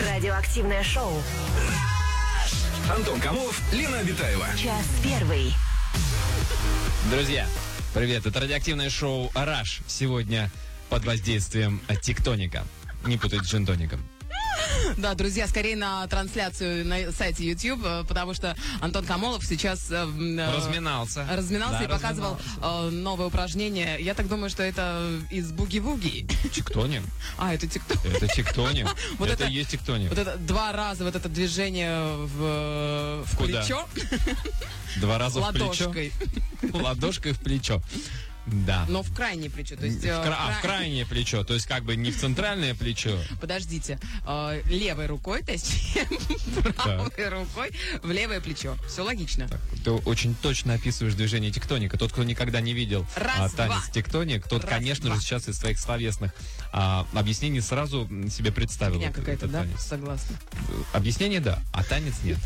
радиоактивное шоу. Антон Камолов, Лена Абитаева. Час первый. Друзья, привет. Это радиоактивное шоу «Раш» сегодня под воздействием тектоника. Не путать с джинтоником. Да, друзья, скорее на трансляцию на сайте YouTube, э, потому что Антон Камолов сейчас... э, м, э, Разминался. Разминался Да, и показывал э, новое упражнение. Я так думаю, что это из буги-вуги. Тектоник? А, это тикток. Это тектоник. Вот это, это- и есть тектоник. Вот это два раза вот это движение в, э, в Куда? плечо Два раза ладошкой. в плечо. Ладошкой в плечо. Да. Но в крайнее плечо. То В есть, э, кра- а, в край- крайнее плечо. То есть как бы не в центральное плечо. Подождите. Э, левой рукой, точнее, правой рукой в левое плечо. Все логично. Ты очень точно описываешь движение тектоника. Тот, кто никогда не видел Раз, а, танец два. тектоник, тот, Раз, конечно два. же, сейчас из своих словесных а, объяснений сразу м, себе представил. Меня этот- какая-то, этот да? танец. Согласна. Объяснение, да, а танец нет.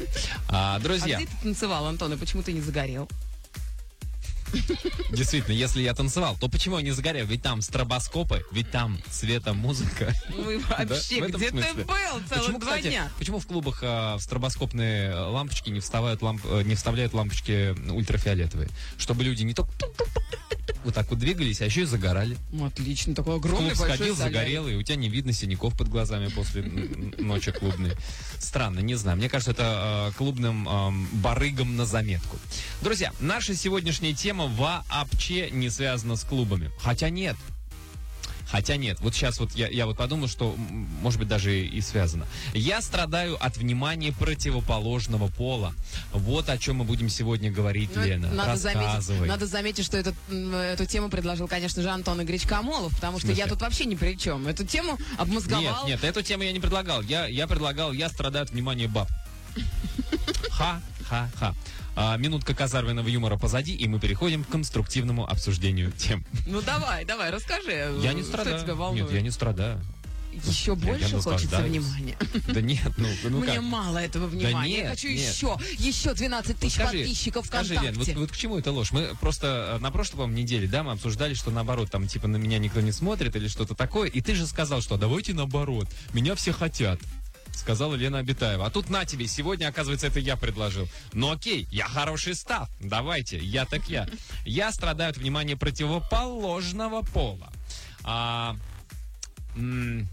А, А друзья, где ты танцевал, Антон, и почему ты не загорел? действительно, если я танцевал, то почему я не загорел? Ведь там стробоскопы, ведь там цвета музыка. Ну и Да, вообще, в этом где ты смысле. был целых два кстати, дня? Почему в клубах а, в стробоскопные а, лампочки не, вставают ламп, э, не вставляют лампочки ультрафиолетовые? Чтобы люди не только тук-тук-тук-тук-тук вот так вот двигались, а еще и загорали. Ну, отлично, такой В огромный клуб большой сходил, соляр. загорел, и у тебя не видно синяков под глазами после м, ночи клубной. Странно, не знаю. Мне кажется, это э, клубным эм, барыгам на заметку. Друзья, наша сегодняшняя тема вообще не связана с клубами. Хотя нет. Хотя нет, вот сейчас вот я, я вот подумал, что, м, может быть, даже и связано. Я страдаю от внимания противоположного пола. Вот о чем мы будем сегодня говорить, Ну, Лена. надо, заметить, Рассказывай. надо заметить, что этот, м, эту тему предложил, конечно же, Антон Игоревич Камолов, потому что я смысле? тут вообще ни при чем. Эту тему Нет, обмозговал. нет, эту тему я не предлагал. Я, я предлагал, я страдаю от внимания баб. Ха-ха-ха. А, минутка казарменного юмора позади, и мы переходим к конструктивному обсуждению тем. Ну давай, давай, расскажи. Я не что страдаю. тебя волнует. Нет, я не страдаю. Еще Я- я больше хочется наслаждаюсь. внимания. Да нет, ну, ну Мне как? мало этого внимания. нет, я хочу нет. еще, еще 12 тысяч Скажи, подписчиков скажи, ВКонтакте. Лен, вот, вот к чему это ложь? Мы просто э, на прошлой, по-моему, неделе, да, мы обсуждали, что наоборот, там, типа, на меня никто не смотрит или что-то такое, и ты же сказал, что давайте наоборот, меня все хотят. Сказала Лена Абитаева. А тут на тебе, сегодня, оказывается, это я предложил. Ну окей, я хороший став. Давайте, я так я. Я страдаю от внимания противоположного пола. А, м,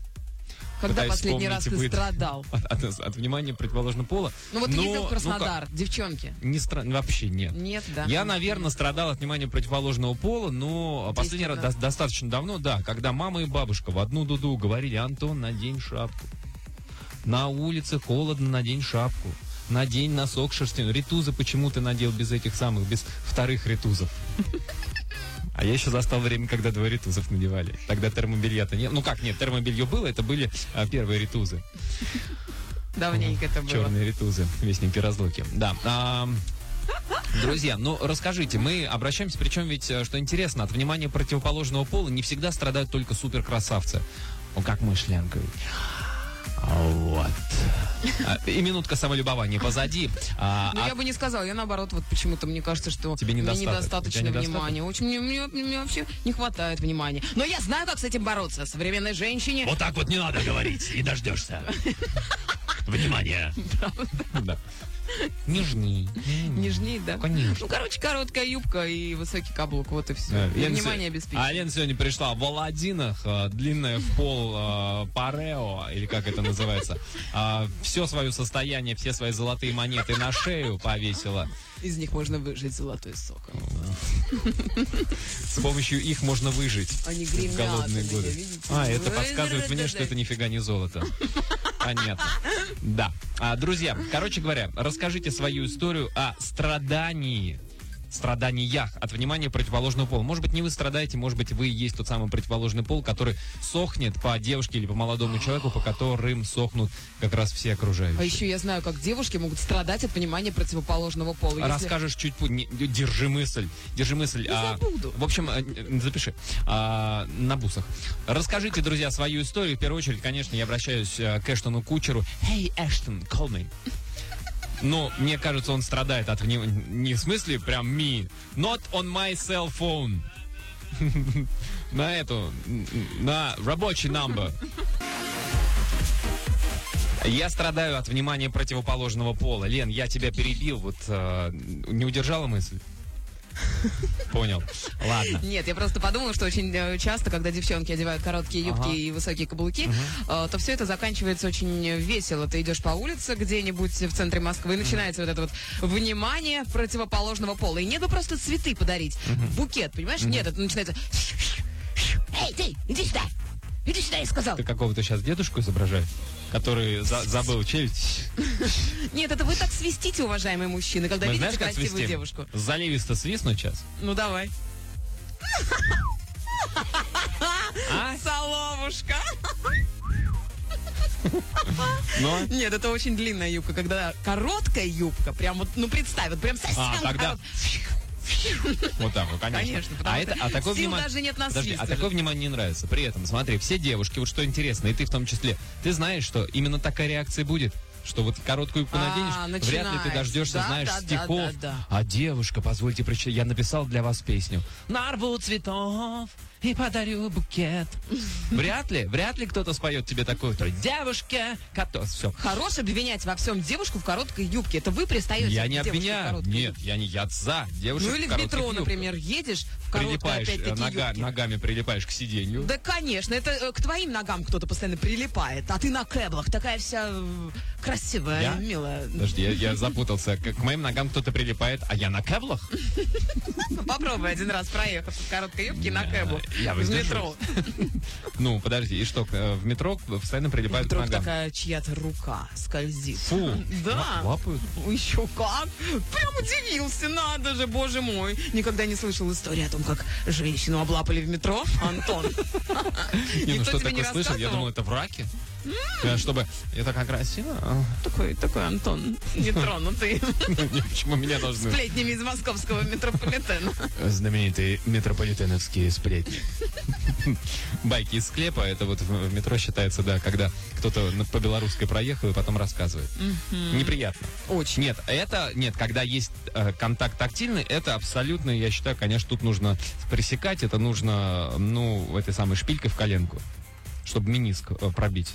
Когда пытаюсь последний раз ты вспомнить, вы- страдал? от, от- от внимания противоположного пола. Ну вот ты Но, ездил в ну, Краснодар, девчонки. как, не стра- Вообще нет. Нет, да. Я, наверное, страдал от внимания противоположного пола, но последний раз Действительно. до- достаточно давно, да, когда мама и бабушка в одну дуду говорили, Антон, надень шапку. На улице холодно, надень шапку. Надень носок шерстяной. Ритузы почему ты надел без этих самых, без вторых ритузов? А я еще застал время, когда два ритузов надевали. Тогда термобелья-то не... Ну как, нет, термобелье было, это были а, первые ритузы. Давненько это было. Черные ритузы, вестники разлуки. Да. ам, Друзья, ну расскажите, мы обращаемся, причем ведь, э, что интересно, от внимания противоположного пола не всегда страдают только суперкрасавцы. Ну, как мы с Ленкой. Вот. А, И минутка самолюбования позади. А, Ну, а я бы не сказала. Я, наоборот, вот почему-то мне кажется, что Тебе мне недостаток. недостаточно У тебя недостаток? внимания. Очень, мне, мне- мне вообще не хватает внимания. Но я знаю, как с этим бороться. Современной женщине... Вот так вот не надо говорить, и дождешься. Внимание. Да. Нежней. Нежнее, да? Конечно. Ну, короче, короткая юбка и высокий каблук. Вот и все. Да, Лена Внимание сегодня- обеспечено. А Лена сегодня пришла в Аладдинах, э, длинная в пол э, парео, или как это называется. все свое состояние, все свои золотые монеты на шею повесила. Из них можно выжить золотой сок. С помощью их можно выжить Они в гремят голодные у меня, годы. видите? А, это подсказывает мне, что это нифига не золото. Понятно. Да. А, друзья, короче говоря, расскажите свою историю о страдании страданиях от внимания противоположного пола. Может быть, не вы страдаете, может быть, вы и есть тот самый противоположный пол, который сохнет по девушке или по молодому человеку, по которым сохнут как раз все окружающие. А еще я знаю, как девушки могут страдать от понимания противоположного пола. Если- Расскажешь чуть позже. Держи мысль. Держи мысль. а, забуду. В общем, а, н- запиши. А, на бусах. Расскажите, друзья, свою историю. В первую очередь, конечно, я обращаюсь а, к Эштону Кучеру. Hey, Эштон, call me. Но мне кажется, он страдает от внимания. Не в смысле прям me. Not on my cell phone. На эту, н- н- на рабочий number. Я страдаю от внимания противоположного пола. Лен, я тебя перебил. Вот э, не удержала мысль? Понял. Ладно. Нет, я просто подумала, что очень э, часто, когда девчонки одевают короткие юбки Ага. и высокие каблуки, э, то все это заканчивается очень весело. Ты идешь по улице где-нибудь в центре Москвы, и начинается вот это вот внимание противоположного пола. И нету просто цветы подарить, букет, понимаешь? Нет, это начинается... Эй, ты, иди сюда! Иди сюда, я сказал. Ты какого-то сейчас дедушку изображаешь, который за- забыл челюсть. Нет, это вы так свистите, уважаемые мужчины, когда Мы видите знаешь, как красивую свистим? девушку. Заливисто свистнуть сейчас. Ну давай. А? Соловушка. Но... Нет, это очень длинная юбка, когда короткая юбка, прям вот, ну представь, вот прям совсем А, тогда... корот- Вот так вот, конечно. Конечно, потому а, что это, а такое сил внимание... даже нет на Подожди, а свист уже. такое внимание не нравится. При этом, смотри, все девушки, вот что интересно, и ты в том числе, ты знаешь, что именно такая реакция будет. Что вот короткую юбку А, наденешь, вряд ли ты начинается. дождешься, Да, знаешь, да, да, стихов. да, А девушка, позвольте прочитать, я написал для вас песню. Нарву цветов и подарю букет. Вряд ли, вряд ли кто-то споет тебе такую. то Девушка, катос, все. Хорош обвинять во всем девушку в короткой юбке. Это вы пристаете Я к не девушке в обвиняю. короткой Нет, юбке. я не, я за девушек Ну или в коротких метро, юбках. например, едешь в короткой Прилипаешь, э, опять-таки нога- юбке. ногами прилипаешь к сиденью. Да, конечно, это э, к твоим ногам кто-то постоянно прилипает, а ты на кэблах такая вся э, красивая, Я? милая. Подожди, я, я запутался. К, к моим ногам кто-то прилипает, а я на кэблах? Ну, Попробуй один раз проехаться в короткой юбке на Не, кэблу. я в воздержусь. метро. Ну, подожди, и что, к- э, в метро постоянно прилипают к Вдруг ногам? такая чья-то рука скользит. Фу, Да. ла- лапают. Еще как! Прям удивился, надо же, боже мой. Никогда не слышал истории о том, как женщину облапали в метро. Антон. Не, ну Никто что тебе не такое слышал? Я рассказывал? думал, это в раке. Э, Чтобы... Это как красиво? а? Такой, такой Антон, нетронутый. Не, Почему меня должны... Сплетнями из московского метрополитена. Знаменитые метрополитеновские сплетни. Байки из склепа, это вот в в метро считается, да, когда кто-то на- по белорусской проехал и потом рассказывает. Неприятно. Очень. Нет, это, нет, когда есть э, контакт тактильный, это абсолютно, я считаю, конечно, тут нужно пресекать, это нужно, ну, этой самой шпилькой в коленку, чтобы миниск э, пробить.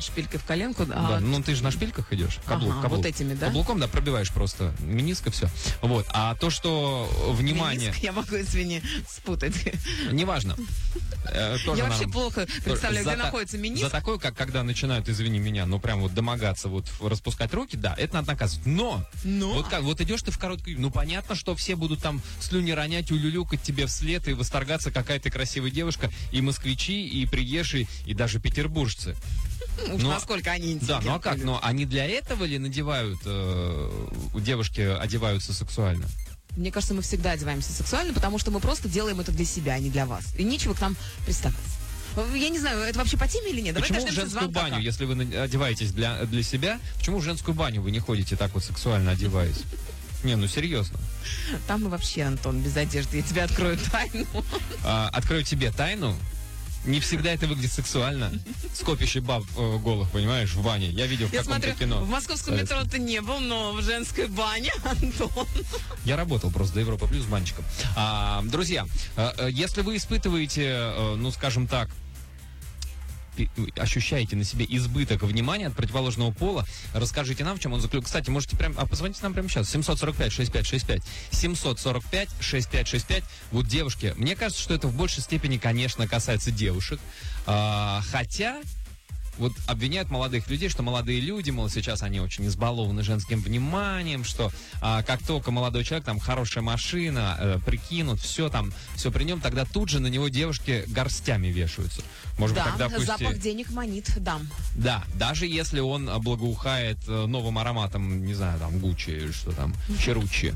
Шпилькой в коленку. Да, а, ну, ты же на шпильках идешь, каблук, ага, каблук. Вот этими, да? Каблуком, да, пробиваешь просто миниск и все. Вот, а то, что, э, внимание, Мениск, Я могу, извини, спутать. неважно. э, тоже Я вообще норм. плохо представляю, За где та- находится За мениск. такое, как когда начинают, извини меня, ну прям вот домогаться, вот в- распускать руки, да, это надо наказывать. Но Но... Вот как, вот идешь ты в короткую, ну понятно, что все будут там слюни ронять, улюлюкать тебе вслед и восторгаться, какая ты красивая девушка, и москвичи, и приезжие, и даже петербуржцы. Уж ну, насколько они Да, ну а как, интеллигентны. но они для этого ли надевают, э, девушки одеваются сексуально? Мне кажется, мы всегда одеваемся сексуально, потому что мы просто делаем это для себя, а не для вас. И нечего к нам приставаться. Э, Я не знаю, это вообще по теме или нет? Давай почему в начнем со женскую звонка. баню, если вы на- одеваетесь для, для себя, почему в женскую баню вы не ходите так вот сексуально одеваясь? Не, ну серьезно. Там мы вообще, Антон, без одежды. Я тебе открою тайну. А, открою тебе тайну. Не всегда это выглядит сексуально. Скопище баб э, голых, понимаешь, в бане. Я видел в Я каком-то смотрю, кино. Э, в московском метро ты не был, но в женской бане, Антон. Я работал просто до Европы плюс банчиком. А, друзья, э, э, если вы испытываете, э, ну скажем так, пи- ощущаете на себе избыток внимания от противоположного пола, расскажите нам, в чем он заключается. Кстати, можете прям, а позвоните нам прямо сейчас. 745-6565. 745-6565. Вот девушки, мне кажется, что это в большей степени, конечно, касается девушек. А, хотя, вот обвиняют молодых людей, что молодые люди, мол, сейчас они очень избалованы женским вниманием, что а, как только молодой человек, там, хорошая машина, э, прикинут, все там, все при нем, тогда тут же на него девушки горстями вешаются. Может быть, тогда Да, пусть... и- А запах денег манит дам. Да, даже если он э, благоухает э, новым ароматом, не знаю, там, Гуччи или что там, Черуччи. Э,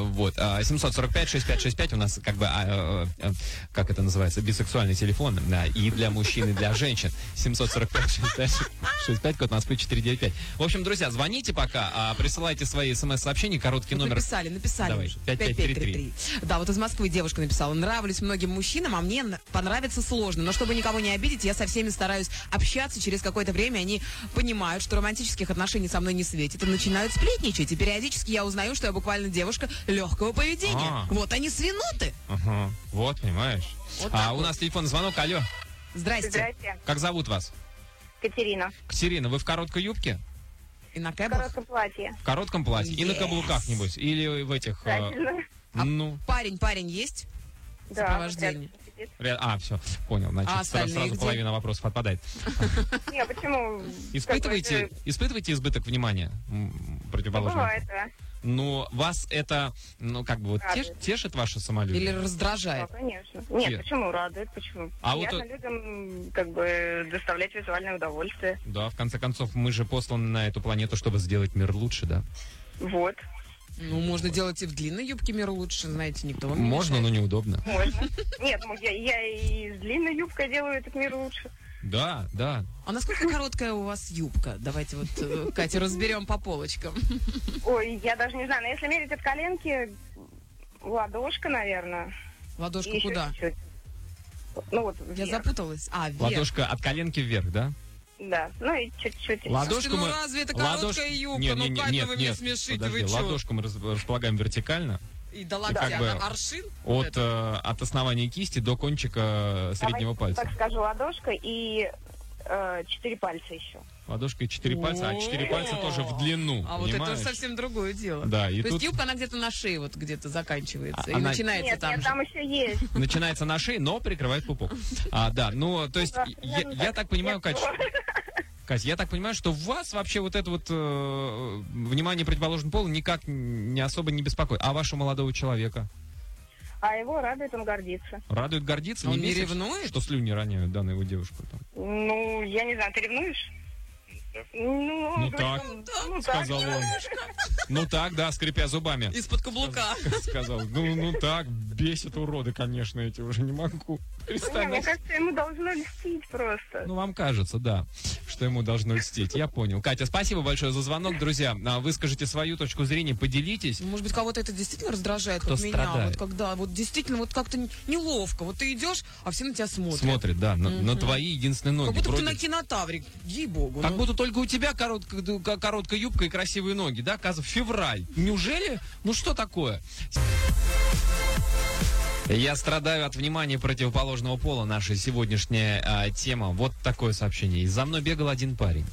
Вот, а, 745-6565 у нас как бы, а, э, э, как это называется, бисексуальный телефон да, и для мужчин, и для женщин. 745-6565, код Москвы 495. В общем, друзья, звоните пока, а, присылайте свои смс-сообщения, короткий Вот номер. Написали, написали. Давай, уже. 5533. 5533. Да, вот из Москвы девушка написала. Нравлюсь многим мужчинам, а мне н- понравиться сложно. Но чтобы никого не обидеть, я со всеми стараюсь общаться. Через какое-то время они понимают, что романтических отношений со мной не светит. И начинают сплетничать. И периодически я узнаю, что я буквально девушка легкого поведения. А. Вот они свинуты. Ага, Вот, понимаешь. Вот а так у вот. нас телефонный звонок, алло, Здрасте. Здравствуйте. как зовут вас? Катерина. Катерина, вы в короткой юбке? И на кэбах? Короткое платье. В коротком платье? И на Yes. каблуках нибудь? Или в этих... э, Правильно. А- ну, Парень, парень есть? Да. Сопровождение. рядом сидит. ре- а, все, понял, значит, А сра- остальные сразу, где? половина вопросов отпадает. Не, почему? Испытываете, Какой-то- испытываете избыток внимания м, противоположного? ну, Бывает, да. Но вас это, ну, как бы вот теш- Радует. тешит ваше Или самолюбие? Ну, раздражает? конечно. Нет, Нет. почему радует? Почему? А вот Приятно тут- людям как бы доставлять визуальное удовольствие. Да, в конце концов, мы же посланы на эту планету, чтобы сделать мир лучше, да? Вот. Ну, можно делать и в длинной юбке мир лучше, знаете, никто вам Ну, не Можно, но мешает. неудобно. Можно. Нет, ну, я, я и с длинной юбкой делаю этот мир лучше. Да, да. А насколько короткая у вас юбка? Давайте вот, э, Катя, разберем по полочкам. Ой, я даже не знаю, но если мерить от коленки, ладошка, наверное. И Ладошка еще куда? чуть-чуть. Ну вот, Я вверх. запуталась. А, вверх. Ладошка от коленки вверх, да? Да, ну и чуть-чуть. еще. Ладошка Слушайте, ну мы- разве это ладош- короткая юбка? Не, не, ну, не, Катя, нет, вы меня нет, смешите, подожди, вы чё? ладошку мы раз- располагаем вертикально. И до Да, локтя как бы она аршин? Вот От, это. э, от основания кисти до кончика э, среднего Давайте пальца. Так скажу, ладошка и э, четыре пальца еще. Ладошкой четыре пальца, а четыре О. пальца тоже в длину. А вот это понимаешь? уже совсем другое дело. Да, и То тут есть юбка, она где-то на шее вот где-то заканчивается. А- и она- начинается Нет, там нет, же. там еще есть. начинается на шее, но прикрывает пупок. А, да, ну, то есть, я, я так понимаю, Кать, Кать, я так понимаю, что вас вообще вот это вот э, внимание предположен пол никак не особо не беспокоит. А вашего молодого человека А его радует, он гордится. радует, гордится, А Он не не бесит, ревнует? что слюни роняют да, на его девушку. там? Ну, я не знаю, ты ревнуешь? Ну, он Ну, говорит, так. он- ну, Сказал он. Ну так, да, скрипя зубами. Из-под каблука. Сказал, ну, ну так, бесят уроды, конечно, эти уже не могу. Не, мне Представить. кажется, ему должно льстить просто. Ну, вам кажется, да, что ему должно льстить. Я понял. Катя, спасибо большое за звонок. Друзья, а, выскажите свою точку зрения, поделитесь. Может быть, кого-то это действительно раздражает, Кто вот меня, страдает? вот когда, вот действительно, вот как-то не- неловко. Вот ты идешь, а все на тебя смотрят. Смотрит, да, на, на твои единственные ноги. Как будто Вроде- ты на кинотаврик, ей-богу. Как ну. будто только у тебя короткая, ду- ко- короткая юбка и красивые ноги, да, Казов? Февраль. Неужели? Ну что такое? Я страдаю от внимания противоположного пола. Наша сегодняшняя а, тема. Вот такое сообщение. И за мной бегал один парень.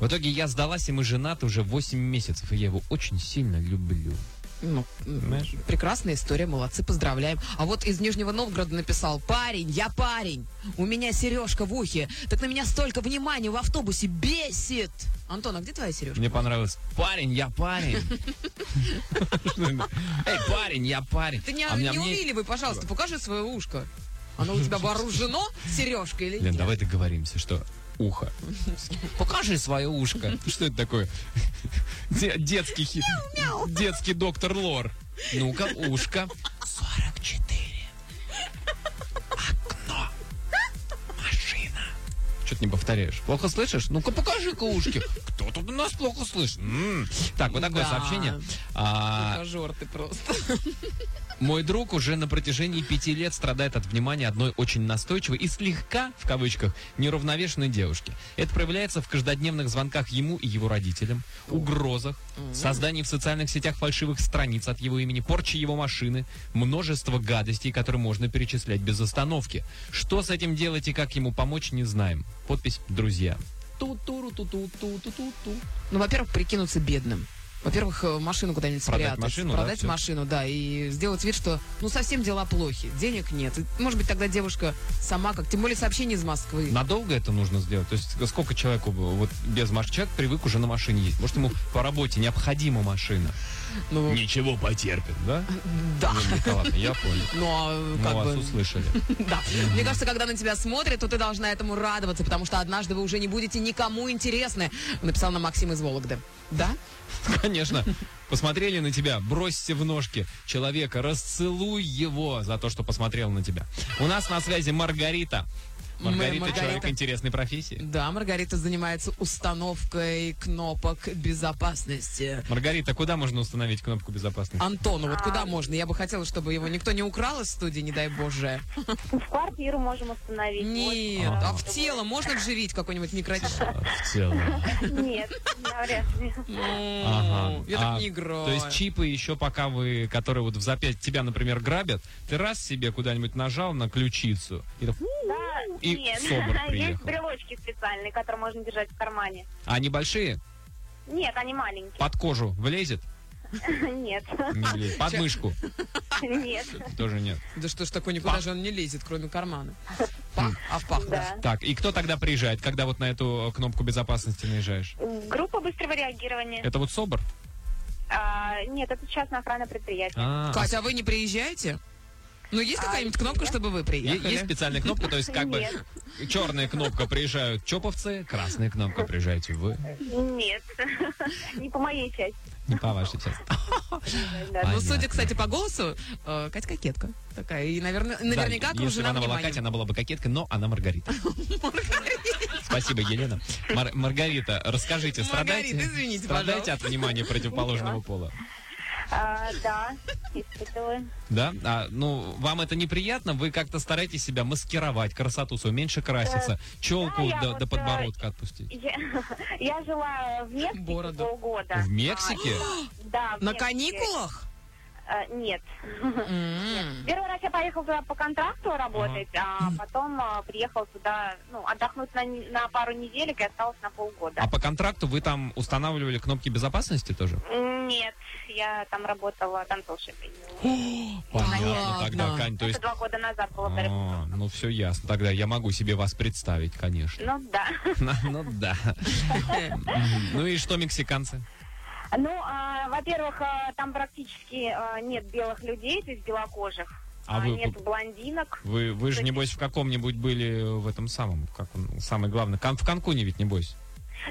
В итоге я сдалась, и мы женаты уже 8 месяцев. И я его очень сильно люблю. Ну, м, Понимаешь? прекрасная история, молодцы, поздравляем. А вот из Нижнего Новгорода написал, парень, я парень, у меня сережка в ухе, так на меня столько внимания в автобусе бесит. Антон, а где твоя сережка? Мне понравилось. Парень, я парень. Эй, парень, я парень. Ты не, А у меня не мне- увиливай, пожалуйста, покажи свое ушко. Оно у тебя вооружено сережкой или Лен, нет? давай договоримся, что ухо. Покажи свое ушко. Что это такое? Де- Детский хит. Детский доктор Лор. Ну-ка, ушко. 44. Окно. Машина. Что ты не повторяешь? Плохо слышишь? Ну-ка, покажи-ка ушки. Кто тут у нас плохо слышит? М. Так, вот такое Да. сообщение. А, Ухажер ты просто. мой друг уже на протяжении пяти лет страдает от внимания одной очень настойчивой и слегка, в кавычках, неравновешенной девушки. Это проявляется в каждодневных звонках ему и его родителям, угрозах, создании в социальных сетях фальшивых страниц от его имени, порче его машины, множество гадостей, которые можно перечислять без остановки. Что с этим делать и как ему помочь, не знаем. Подпись «Друзья». Ту-туру-ту-ту-ту-ту-ту-ту. Ну, во-первых, прикинуться бедным. Во-первых, э, машину куда-нибудь Продать спрятать. машину, да, продать всё. машину, да, и сделать вид, что ну совсем дела плохи, денег нет. И, может быть, тогда девушка сама как, тем более сообщение из Москвы. Надолго это нужно сделать? То есть сколько человеку бы вот без марчак привык уже на машине ездить? Может, ему по работе необходима машина? Ну, Ничего потерпит, да? да. Ну, ну, ладно, я понял. Ну, а Мы как вас бы... услышали. Да. Мне кажется, когда на тебя смотрят, то ты должна этому радоваться, потому что однажды вы уже не будете никому интересны. Написал нам Максим из Вологды. Да? Конечно. Посмотрели на тебя, бросьте в ножки человека, расцелуй его за то, что посмотрел на тебя. У нас на связи Маргарита. Мы- Маргарита, Маргарита. человек интересной профессии. Да, Маргарита занимается установкой кнопок безопасности. Маргарита, куда можно установить кнопку безопасности? Антону, вот А. куда можно? Я бы хотела, чтобы его никто не украл из студии, не дай боже. Ну, В квартиру можем установить. Нет, Ага. а в тело можно вживить какой-нибудь микрочип? А, в целом. Вот. Нет, навряд ли. Ну, Я А, так не играю. То есть чипы еще пока вы, которые вот в запять тебя, например, грабят, ты раз себе куда-нибудь нажал на ключицу, и так, «У, Да, И нет. собр Есть приехал. брелочки специальные, которые можно держать в кармане. А они большие? Нет, они маленькие. Под кожу влезет? Нет, Не влезет. Под Чё? мышку? нет. Тоже нет. Да что ж такое, никуда Пах. же он не лезет, кроме кармана. Пах, а в пах, да. Да. Так, и кто тогда приезжает, когда вот на эту э, кнопку безопасности наезжаешь? Группа быстрого реагирования. Это вот СОБР? А, нет, это частная охрана предприятия. А, Катя, а вы не приезжаете? Ну, есть А, какая-нибудь кнопка, я- чтобы вы е- Есть приехали? специальная кнопка, то есть как бы Нет. черная кнопка приезжают чоповцы, красная кнопка приезжаете вы. Нет, не по моей части. Не по вашей части. А да. А, Ну, судя, Понятно. кстати, по голосу, э, Катя кокетка такая. И, наверное, наверняка Да, если бы окружена она была Катя, вниманием. она была бы кокетка, но она Маргарита. Спасибо, Елена. Мар- Маргарита, расскажите, Маргарита, страдаете? извините, Страдаете от внимания противоположного пола? А, да, испытываю. Да? А, ну, вам это неприятно? Вы как-то стараетесь себя маскировать, красоту свою, меньше краситься, челку я до, вот, до э, подбородка отпустить. Я, я жила в Мексике Бороду. полгода. В Мексике? А, да. в На Мексике. каникулах? А, нет. М. Первый раз я поехала туда по контракту работать, а потом а, приехала сюда, ну, отдохнуть на, не- на пару неделек и осталась на полгода. А по контракту вы там устанавливали кнопки безопасности тоже? Нет, я там работала танцовщикой. Понятно тогда, понятно. Кань. То Это есть... два года назад было. А, ну, все ясно. Тогда я могу себе вас представить, конечно. Ну, да. Ну, да. Мгм. Ну и что мексиканцы? Ну, а, во-первых, а, там практически а, нет белых людей, то есть белокожих. А А, вы- нет блондинок. Вы, вы же, небось, в каком-нибудь были в этом самом, как он, самое главное, Кан- в Канкуне ведь, небось.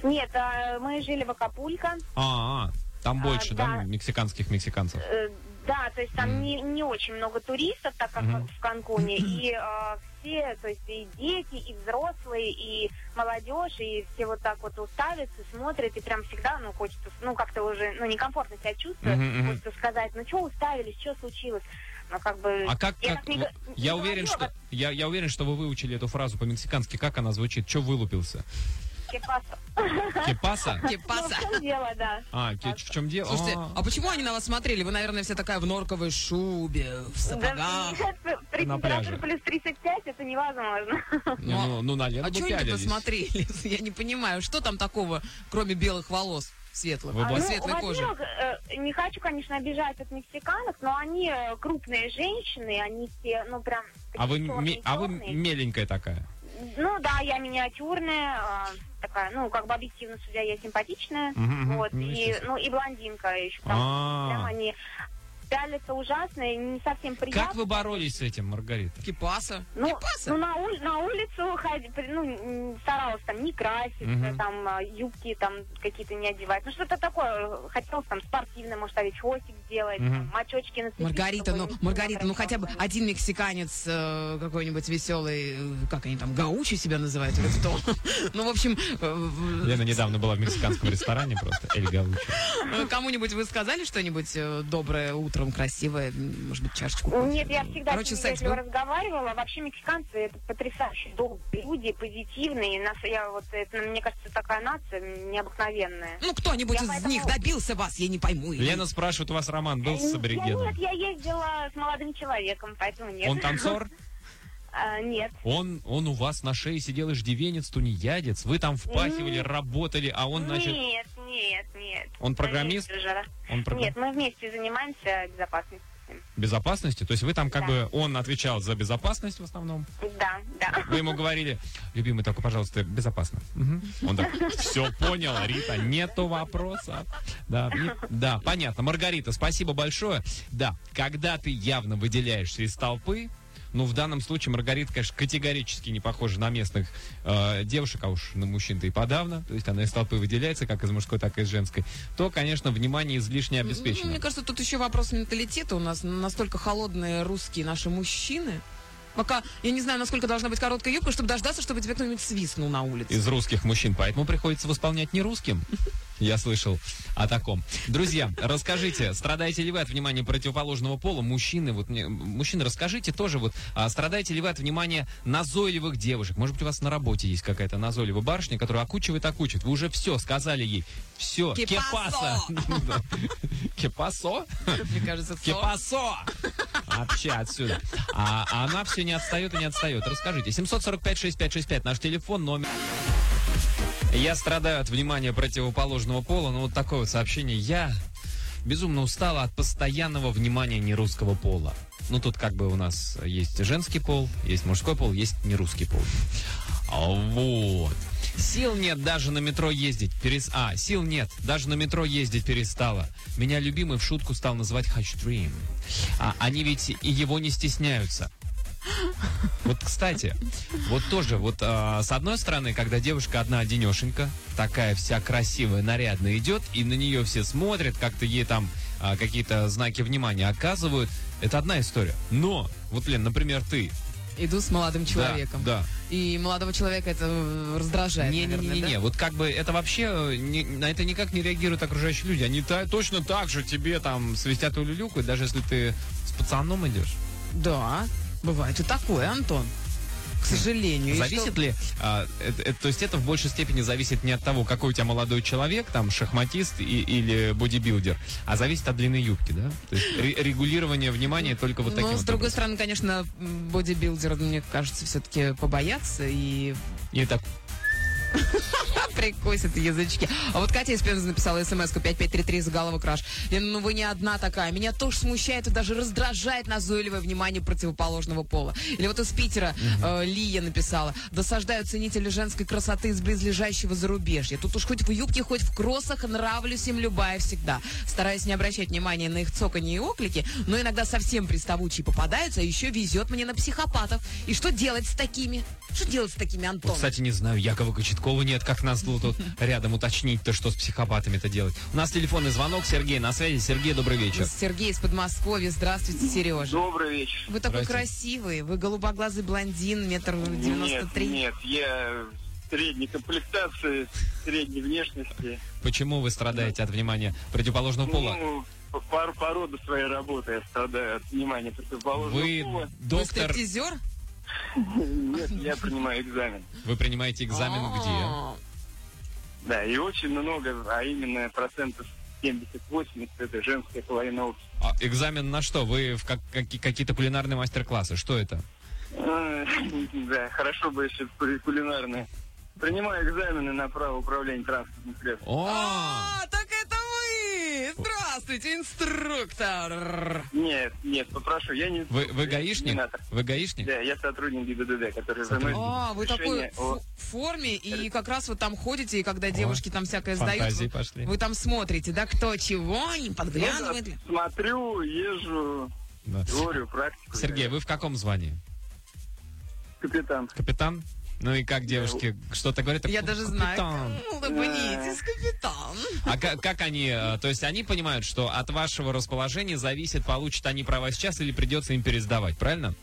Нет, а, мы жили в Акапулько. А, а, там А, больше, да, да. мексиканских мексиканцев? Э, Да, то есть там Мгм. не, не очень много туристов, так как Мгм. в Канкуне. И э, все, то есть и дети, и взрослые, и молодежь, и все вот так вот уставятся, смотрят, и прям всегда, ну, хочется, ну, как-то уже, ну, некомфортно себя чувствую. Мгм, мгм. Хочется сказать, ну, что уставились, что случилось. Ну, как бы... А как, я как- так не вот го- не я уверен, говорила, что я, я уверен, что вы выучили эту фразу по-мексикански. Как она звучит? Че вылупился? вообще пас- Кепаса? Ну, Кипаса. в чем дело, да. А, ке- в чем дело? Слушайте, А. а почему они на вас смотрели? Вы, наверное, вся такая в норковой шубе, в Типа, Да, сапогах. при На температуре пляже. плюс 35 это невозможно. Не, ну, ну, наверное, А бы чего они тогда пялились. смотрели? Я не понимаю, что там такого, кроме белых волос светлых, Вы А, бла- и ну, светлой кожи? во-первых, э, не хочу, конечно, обижать от мексиканок, но они э, крупные женщины, они все, ну, прям... А вы, такие ме- а вы черные-черные. меленькая такая. Ну, да, я миниатюрная, э, такая, ну, как бы объективно судя, я симпатичная, Мгм, мгм, вот, ну, и, естественно. ну, и блондинка еще, там, прям А. они пялятся ужасно и не совсем приятно. Как вы боролись с этим, Маргарита? Кипаса. Ну, Кипаса? ну, на, ули- на улицу ходи, при- ну, м, старалась там не краситься, Мгм. там а, юбки там какие-то не одевать. Ну, что-то такое. э, Хотелось там спортивное, может, а ведь хвостик сделать, Мгм. там, мочочки нацепить. Маргарита, ну, чтобы не Маргарита, ну красиво хотя бы было. один мексиканец э, какой-нибудь веселый, э, как они там, гаучи себя называют или кто? Ну, в общем, э, в- Лена недавно была в мексиканском ресторане просто. Эль Гаучо. э, кому-нибудь вы сказали что-нибудь э, доброе утром, красивое, м, может быть, чашечку кофе? Ну, Нет, я всегда Короче, с ними секс вежливо был? разговаривала. Вообще мексиканцы это потрясающе добрые люди, позитивные. Нас, я вот это, мне кажется, такая нация м, необыкновенная. Ну, кто-нибудь Я из поэтому- них добился вас, я не пойму. Лена спрашивает, у вас роман был с Я- Э, Нет, аборигеном? я ездила с молодым человеком, поэтому нет. Он танцор? А, нет. Он, он у вас на шее сидел иждивенец, тунеядец. Вы там впахивали, Нет. работали, а он, значит, Нет, нет, нет. он программист? Конечно же. Он программ- Нет, мы вместе занимаемся безопасностью. безопасностью? То есть вы там как Да. бы, он отвечал за безопасность в основном? Да, да. Вы ему говорили, любимый, только, пожалуйста, безопасно. Мгм. Он так, все понял, Рита, нету вопроса. Да, не- да, понятно. Маргарита, спасибо большое. Да, когда ты явно выделяешься из толпы, ну, в данном случае Маргарита, конечно, категорически не похожа на местных э, девушек, а уж на мужчин-то и подавно. То есть она из толпы выделяется, как из мужской, так и из женской. То, конечно, внимание излишне Ну, обеспечено. Мне кажется, тут еще вопрос менталитета. У нас настолько холодные русские наши мужчины. Пока я не знаю, насколько должна быть короткая юбка, чтобы дождаться, чтобы тебя кто-нибудь свистнул на улице. из русских мужчин, поэтому приходится восполнять не русским. Я слышал о таком. Друзья, расскажите, страдаете ли вы от внимания противоположного пола? Мужчины, вот мне, мужчины, расскажите тоже, вот, а, страдаете ли вы от внимания назойливых девушек? Может быть, у вас на работе есть какая-то назойливая барышня, которая окучивает, окучивает. Вы уже все сказали ей. Все. Кепасо! Кепасо? Кепасо? Мне кажется, со- Кепасо! Типа, Вообще отсюда. А, а она все не отстает и не отстает. Расскажите. 745-6565, наш телефон, номер... Я страдаю от внимания противоположного пола, но вот такое вот сообщение. Я безумно устала от постоянного внимания нерусского пола. Ну, тут как бы у нас есть женский пол, есть мужской пол, есть нерусский пол. А Вот. Сил нет даже на метро ездить. Перес... А, сил нет. Даже на метро ездить перестала. Меня любимый в шутку стал называть Хачдрим. А, они ведь и его не стесняются. Вот, кстати, вот тоже, вот а, с одной стороны, когда девушка одна одинешенька, такая вся красивая, нарядная идет, и на нее все смотрят, как-то ей там а, какие-то знаки внимания оказывают, это одна история. Но, вот, Лен, например, ты. Иду с молодым человеком. Да, да. И молодого человека это э, раздражает, наверное, да? Не-не-не-не, вот как бы это вообще, э, не- на это никак не реагируют окружающие люди. Они та- точно так же тебе там свистят и люлюкают, даже если ты с пацаном идешь. Да, бывает и такое, Антон. К сожалению. Хм. И зависит что- ли, а, это- это- то есть это в большей степени зависит не от того, какой у тебя молодой человек, там, шахматист и- или бодибилдер, а зависит от длины юбки, да? То есть ре- регулирование внимания только вот таким Но, Ну, с вот другой образом. стороны, конечно, м, бодибилдеры, мне кажется, все-таки побоятся и И так, прикусят язычки. А вот Катя из Пензы написала смс-ку 5533 заголовок «Краш». Лена, ну вы не одна такая. Меня тоже смущает и даже раздражает назойливое внимание противоположного пола. Или вот из Питера э, Лия написала. Досаждаю ценители женской красоты из близлежащего зарубежья. Тут уж хоть в юбке, хоть в кроссах нравлюсь им любая всегда. Стараюсь не обращать внимания на их цоканье и оклики, но иногда совсем приставучие попадаются, а еще везет мне на психопатов. И что делать с такими? Что делать с такими, вот, Антон? кстати, не знаю, Якова Кочеткова нет, как нас тут вот рядом уточнить-то, что с психопатами-то делать. У нас телефонный звонок, Сергей на связи. Сергей, добрый вечер. Сергей из Подмосковья. Здравствуйте, Сережа. Добрый вечер. Вы такой Здрасте. красивый, вы голубоглазый блондин, метр Ну, девяносто Нет, три. нет, я средней комплектации, средней внешности. Почему вы страдаете от внимания противоположного пола? Ну, по, по- по роду своей работы я страдаю от внимания противоположного Вы пола. Вы доктор, стриптизер? Нет, я принимаю экзамен. вы принимаете экзамен где? А, Да, и очень много, а именно процентов 70-80 это женская половина общества. А, экзамен на что? Вы в как- каки- какие-то кулинарные мастер-классы? Что это? Э, Да, хорошо бы еще при- кулинарные. Принимаю экзамены на право управления транспортным средством. О! А, так это вы! Здравствуйте, инструктор! Нет, нет, попрошу, я не... Вы, вы я не гаишник? надо. Вы гаишник? Да, Э, я сотрудник ГИБДД, который заносит А, вы такой решение в о- в форме, и как раз вот там ходите, и когда девушки там всякое сдают, Фантазии вы- пошли. вы там смотрите, да, кто чего, не Ну да, подглядывает ли. Смотрю, езжу, Да. теорию, практику. Сергей, вы в каком звании? Капитан. Капитан? Ну и как девушки что-то говорят? Я даже знаю. «Капитан». Ну, Улыбнитесь, капитан. А как, как они, э, то есть они понимают, что от вашего расположения зависит, получат они права сейчас или придется им пересдавать, правильно?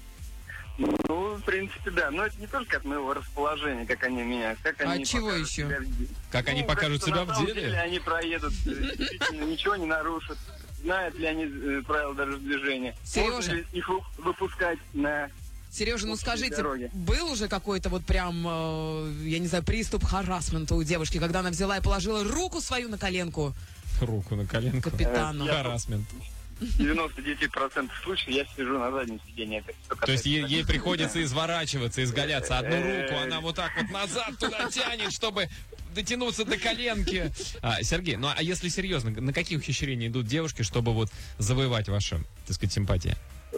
Ну, в принципе, да. Но это не только от моего расположения, как они меня, как А они чего покажут еще? себя в де- Как они Ну, покажут кажется, себя на в самом деле? они проедут, э, действительно, ничего не нарушат. Знают ли они э, правила дорожного движения? Сережа. Можно ли их вы- выпускать на... Сережа, ну Лучшие скажите, дороги. был уже какой-то вот прям, э, я не знаю, приступ харасмента у девушки, когда она взяла и положила руку свою на коленку Руку на коленку. капитану? Я- Харасмент. 99% случаев я сижу на заднем сиденье. Это что То есть касается- ей, ей приходится изворачиваться, изгаляться. Одну Э. руку она вот так вот назад туда тянет, чтобы дотянуться до коленки. А, Сергей, ну а если серьезно, на какие ухищрения идут девушки, чтобы вот завоевать вашу, так сказать, симпатии? Э,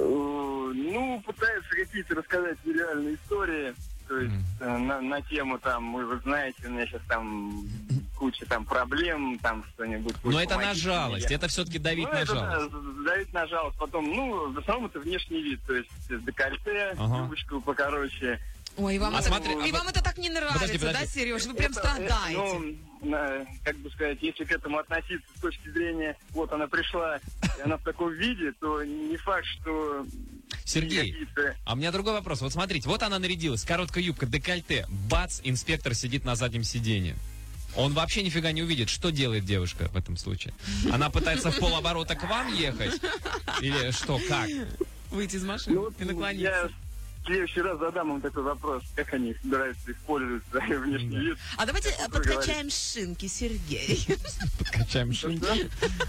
Ну, пытаются какие-то рассказать реальные истории. То есть э, на, на тему там, «Ой, вы знаете, у меня сейчас там куча там проблем, там что-нибудь. Но ой, это на помогите жалость, мне». это все-таки давить ну, на это, жалость. да, давить на жалость. Потом, ну, в основном это внешний вид, то есть э, декольте, Ага. юбочку покороче. Ой, и вам, А это, смотри, и а вам это так не нравится, подожди, да, подожди. Сереж? Вы прям Это, э, страдаете. ну, на- как бы сказать, если к этому относиться с точки зрения, вот она пришла, и она в таком виде, то не факт, что... Сергей, какие-то- А у меня другой вопрос. Вот смотрите, вот она нарядилась, короткая юбка, декольте. Бац, инспектор сидит на заднем сиденье. Он вообще нифига не увидит, что делает девушка в этом случае. Она пытается в полоборота к вам ехать? Или что, как? Выйти из машины Ну, вот и наклониться. я В следующий раз задам им такой вопрос, как они собираются использовать свой внешний вид. А давайте э, Как подкачаем шинки, Сергей. Подкачаем шинки. Да?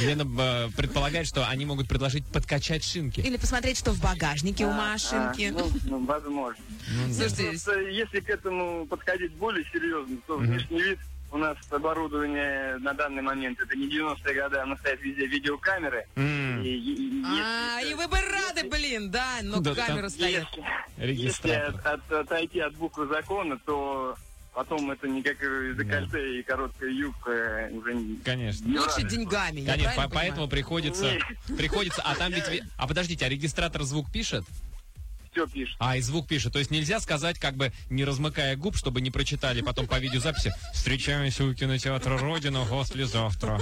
Лена э, предполагает, что они могут предложить подкачать шинки. Или посмотреть, что в багажнике у А, Машинки. ну, ну, возможно. Ну Слушайте, Просто если к этому подходить более серьезно, то Мгм. внешний вид у нас оборудование на данный момент, это не 90-е годы, оно стоит везде видеокамеры. М, И- и- и а, если- и вы бы рады, блин, да, но Да, камера там- стоит. если- Если Регистратор. от- от- отойти от буквы закона, то потом это никакое декольте и короткая юбка уже не... Конечно. не Лучше радует. деньгами, я Конечно, правильно по- поэтому понимаю? приходится, приходится, а там ведь, ви- а подождите, а регистратор звук пишет? Все пишет. А, и звук пишет. То есть нельзя сказать, как бы не размыкая губ, чтобы не прочитали потом по видеозаписи «Встречаемся у кинотеатра Родина послезавтра».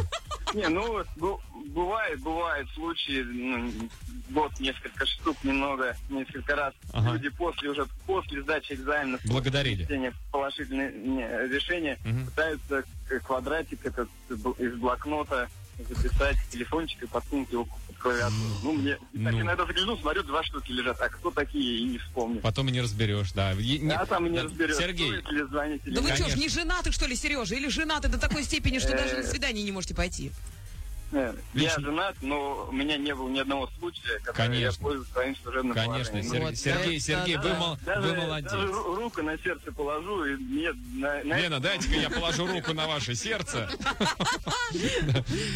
Не, ну, бу- бывает, бывает случаи, ну, вот несколько штук, немного, несколько раз Ага. люди после, уже после сдачи экзаменов, Благодарили. внесения положительные не, решения, Мгм. пытаются к- квадратик этот бл- из блокнота записать телефончик и подкинуть его под клавиатуру. Ну, мне так Ну. иногда загляну, смотрю, два штуки лежат, а кто такие, и не вспомню. Потом и не разберешь, да. Е- не- а там и не да, разберешь, Сергей, стоит ли звонить или Да вы нет. что ж, Ну, Конечно. не женаты, что ли, Сережа? Или женаты до такой степени, что даже на Э. свидание не можете пойти? Э, Я лично- женат, но у меня не было ни одного случая, когда я Конечно. пользуюсь своим служебным конечно, положением. Сергей, Вот Сергей, это Сергей, вы, да. мол- Даже, вы молодец. даже ру- руку на сердце положу, и мне на, на Лена, это- дайте-ка я положу руку на ваше сердце. И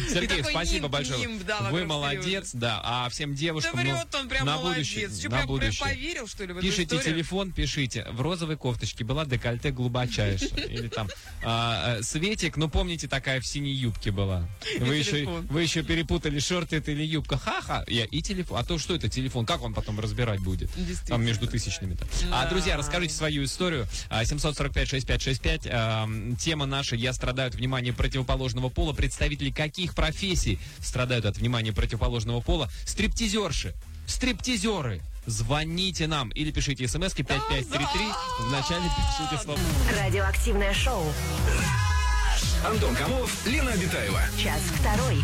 Сергей, такой спасибо нимб, большое. нимб, да, вокруг Вы Сережи. молодец, да. А всем Да девушкам ну, врет он прям на молодец. будущее, Чё, на прям, прям будущее. поверил, что ли, в эту Пишите историю? телефон, пишите. В розовой кофточке была декольте глубочайшая. Или там а, э, Светик, ну помните, такая в синей юбке была. Вы еще, телефон. вы еще перепутали, шорты это или юбка. Ха-ха. Я, и телефон. А то что это телефон? Как он потом разбирать будет? Действительно. Там между тысячными-то. А, Да. друзья, расскажите свою историю. А, 745-6565. эм, Тема наша «Я страдаю от внимания противоположного пола». Представители каких профессий страдают от внимания противоположного пола? Стриптизерши. Стриптизеры. Звоните нам или пишите смс 5533. Вначале пишите слово. Радиоактивное шоу. Антон Камолов, Лена Обитаева. Час второй.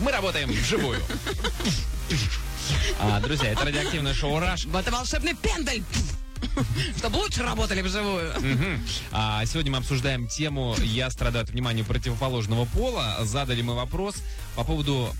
Мы работаем вживую. А, друзья, это радиоактивное шоу «Раш». Вот Это волшебный пендаль! Чтобы лучше работали вживую. Мгм. А сегодня мы обсуждаем тему «Я страдаю от внимания противоположного пола». Задали мы вопрос по поводу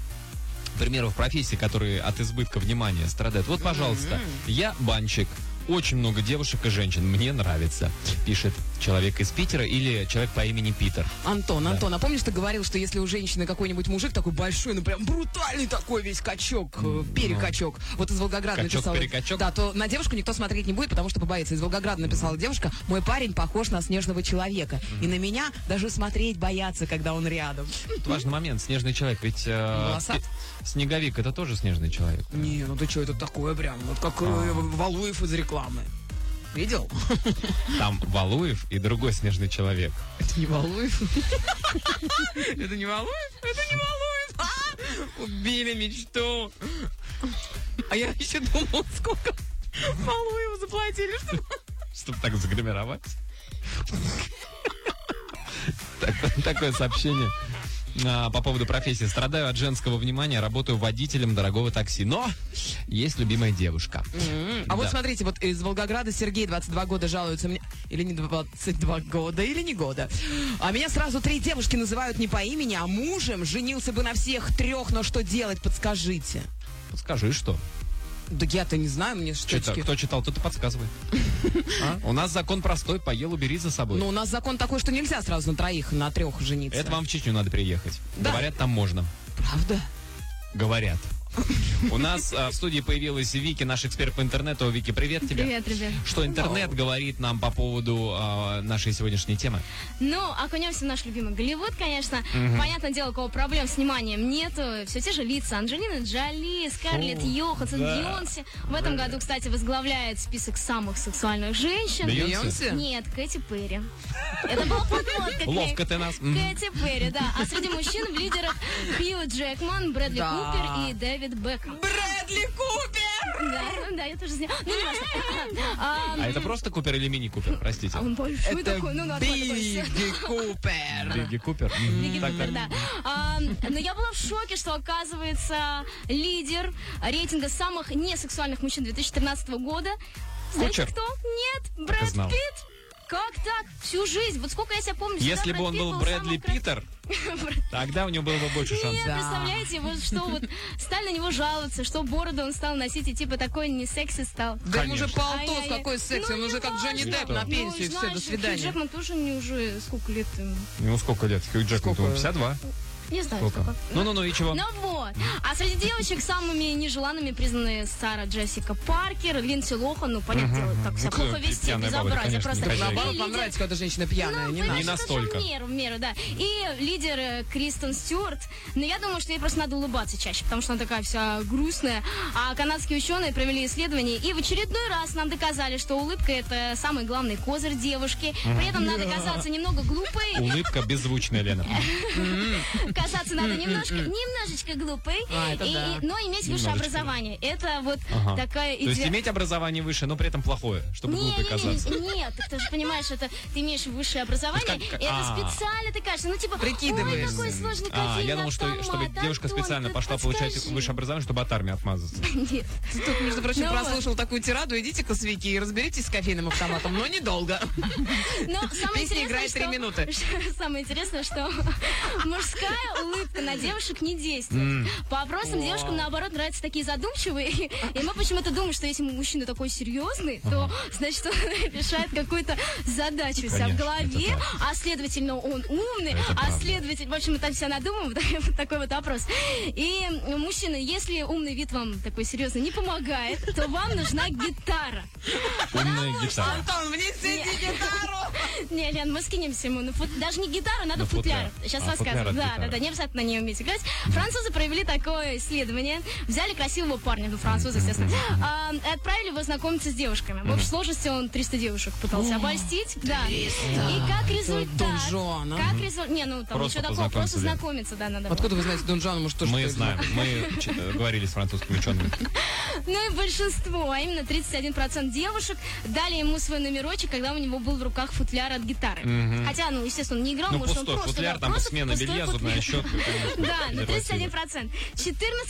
примеров профессий, которые от избытка внимания страдают. Вот, пожалуйста, я банщик. Очень много девушек и женщин. Мне нравится. Пишет человек из Питера или человек по имени Питер. Антон, Антон, а помнишь, ты говорил, что если у женщины какой-нибудь мужик такой большой, ну прям брутальный такой весь качок, э, перекачок, вот из Волгограда Ну. Качок, написала... перекачок? Да, то на девушку никто смотреть не будет, потому что побоится. Из Волгограда написала девушка, мой парень похож на снежного человека. И на меня даже смотреть боятся, когда он рядом. Тут важный момент. Снежный человек. Ведь э, Волосат? э, снеговик это тоже снежный человек. Не, ну ты что, это такое прям, вот как э, Валуев из рекламы. Видел? Там Валуев и другой снежный человек. Это не Валуев. Это не Валуев? Это не Валуев. А! Убили мечту. А я еще думала, сколько Валуеву заплатили, чтобы... Чтобы так загримировать. Так- Такое сообщение. А, По поводу профессии. Страдаю от женского внимания, работаю водителем дорогого такси. Но есть любимая девушка. А вот Да. смотрите, вот из Волгограда Сергей, 22 года, жалуется мне... Или не 22 года, или не года. А меня сразу три девушки называют не по имени, а мужем. Женился бы на всех трех, но что делать, подскажите. Подскажи, что? Да я-то не знаю, мне Чё это? штучки. кто читал, тот и подсказывает. А? У нас закон простой, поел, убери за собой. Но Ну, у нас закон такой, что нельзя сразу на троих, на трех жениться. Это вам в Чечню надо приехать. Да. Говорят, там можно. правда? Говорят. У нас а, в студии появилась Вики, наш эксперт по интернету. Вики, привет тебе. Привет, ребят. Что интернет говорит нам по поводу а, нашей сегодняшней темы? Ну, окунемся в наш любимый Голливуд, конечно. Понятное дело, у кого проблем с вниманием нету. Все те же лица. Анджелина Джоли, Скарлетт Фу, Йоханссон, да. Бейонсе. В этом году, кстати, возглавляет список самых сексуальных женщин. Бейонсе? Бейонсе? Нет, Кэти Перри. Это была подводка. к ней. Ловко ты нас. Мгм. Кэти Перри, да. А среди мужчин в лидерах Хью Джекман, Брэдли Да. Купер и Дэвид Бекхэм. Брэдли Купер! Да, ну да, я тоже знаю. Ну, не важно. А это просто Купер или мини-Купер? Простите. А он большой Это такой, ну ладно, Билли успокойся. Купер. Бигги Купер. Мгм. Лиги Так, Купер, так. да. А, но я была в шоке, что оказывается лидер рейтинга самых несексуальных мужчин 2013 года. Знаете Кучер. кто? Нет, и Брэд знал. Питт. Как так? Всю жизнь. Вот сколько я себя помню, всегда Если бы Брэд он Питт был самым Брэдли красивым. Питер, тогда у него было бы больше шансов. Нет, представляете, вот что вот стали на него жаловаться, что бороду он стал носить и типа такой не секси стал. Да ему Конечно. уже полтос, Ай-яй-яй. какой секс, Ну, он не уже как Джонни важно. Депп на Ну, пенсию, все, знаешь, до Хью свидания. Джекман тоже не уже сколько лет ему? Ему Ну, сколько лет? Хью Джекману Сколько? 52. Не знаю, Сколько? сколько. Ну-ну-ну, и чего? Ну вот. А среди девочек самыми нежеланными признаны Сара Джессика Паркер, Линдси Лохан, ну, понятное дело, так себя Ну, плохо какая вести, пьяная баба, безобразие конечно, просто. негодяйка. И Наоборот, лидер- вам нравится, когда женщина пьяная, Ну, не понимаешь, надо. Не это настолько. тоже в меру, в меру, да. И лидер э, Кристен Стюарт. Но я думаю, что ей просто надо улыбаться чаще, потому что она такая вся грустная. А канадские ученые провели исследование и в очередной раз нам доказали, что улыбка это самый главный козырь девушки. При этом надо казаться немного глупой, Улыбка беззвучная, Лена. Касаться надо немножко, немножечко глупой, А, это и- да. и- но иметь высшее Немножечко. образование. Это вот Ага. такая То есть идея. иметь образование выше, но при этом плохое, чтобы Не, глупой не, не, казаться. не, нет, ты же понимаешь, это ты имеешь высшее образование, Ну, как- и это а. специально ты кажется, ну типа, ой, Прикидываешься. какой сложный А, кофейный я думал, что автомат, чтобы девушка Антон, специально ты пошла получать подскажи». высшее образование, чтобы от армии отмазаться. Нет. Ты Тут, между прочим, Ну вот. прослушал такую тираду, идите к свеки и разберитесь с кофейным автоматом, но недолго. Но самое Песня интересное, играет три что- минуты. Самое интересное, что мужская улыбка на девушек не действует. По опросам девушкам, наоборот, нравятся такие задумчивые. И мы почему-то думаем, что если мужчина такой серьезный, то, значит, он решает какую-то задачу у себя в Конечно, это голове, правда. а, следовательно, он умный, Это а, правда. следовательно... В общем, мы так себя надумываем, вот вот такой вот опрос. И, м, мужчины, если умный вид вам такой серьезный не помогает, то вам нужна гитара. Умная гитара. Антон, внесите гитару! Не, Лен, мы скинемся ему. на фут- Даже не гитара, надо На Ну, футляр. футляр. Сейчас А, футляр рассказываю. от Да, гитары. да, да, не обязательно на ней уметь играть. Французы провели такое исследование. Взяли красивого парня, ну, француза, естественно. а, и отправили его знакомиться с девушками. В общей сложности он 300 девушек пытался обольстить. Да. И как Дон результат... Жуан, а? Как результат... Не, ну, там Просто ничего такого, просто познакомиться, Лен. знакомиться, да, надо было. Откуда вы знаете Дон Жуана? Может, тоже Мы что-то знаем, мы ч- э, говорили с французскими учеными. Ну и большинство, а именно 31% девушек дали ему свой номерочек, когда у него был в руках футляр от гитары. Хотя, ну, естественно, он не играл, Ну, может, он пустой просто... футляр, да, там просто смена пустой белья, футляр. зубная щетка. конечно, Да, ну, на презервативы. 31%.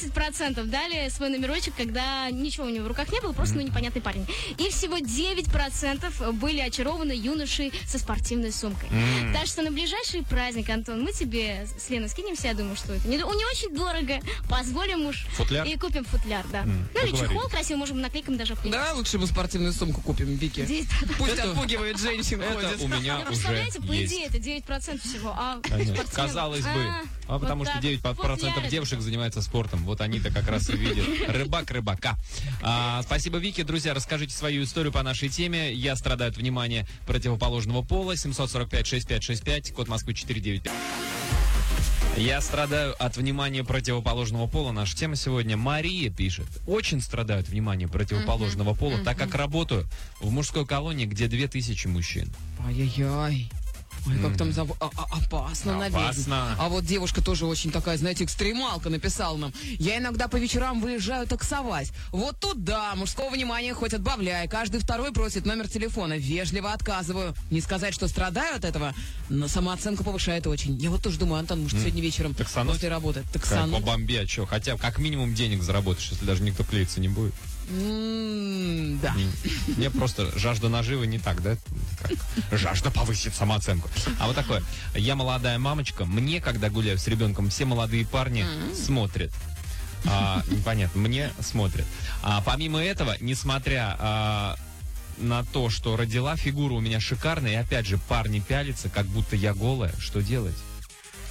14% дали свой номерочек, когда ничего у него в руках не было, просто, ну, непонятный парень. И всего 9% были очарованы юношей со спортивной сумкой. Так что на ближайший праздник, Антон, мы тебе с Леной скинемся, я думаю, что это не, у не очень дорого. Позволим уж. Футляр? И купим футляр, да. Ну, или договорились. чехол красивый, можем наклейком даже знаю. обклеить. Да, лучше мы спортивную сумку купим, Вики. Девять- Пусть отпугивает женщин, Это у ходит. Ну, меня уже представляете, по есть. идее, это 9% всего. А Конечно. спортсменов- Казалось бы. А вот потому что так. 9% Футляры. девушек занимаются спортом. Вот они-то как раз и видят. Рыбак рыбака. А, спасибо, Вики. Друзья, расскажите свою историю по нашей теме. Я страдаю от внимания противоположного пола. 745-6565, код Москвы 495. Я страдаю от внимания противоположного пола. Наша тема сегодня. Мария пишет. Очень страдаю от внимания противоположного пола, так как работаю в мужской колонии, где 2000 мужчин. Ай-яй-яй. Ой, как там зав- а- а- опасно, наверное. Опасно. А вот девушка тоже очень такая, знаете, экстремалка написала нам. Я иногда по вечерам выезжаю таксовать. Вот тут да, мужского внимания хоть отбавляй. Каждый второй просит номер телефона. Вежливо отказываю. Не сказать, что страдаю от этого, но самооценка повышает очень. Я вот тоже думаю, Антон, может, сегодня вечером Таксануть? после работы Как, по таксану. бомбе, а чё? Хотя как минимум денег заработаешь, если даже никто клеиться не будет. М, М-м-м, Да. Мне просто жажда наживы не так, да? Как? Жажда повысит самооценку. А вот такое. Я молодая мамочка. Мне, когда гуляю с ребенком, все молодые парни смотрят. А, непонятно, мне смотрят. А помимо этого, несмотря а, на то, что родила, фигура у меня шикарная. И опять же, парни пялятся, как будто я голая. Что делать?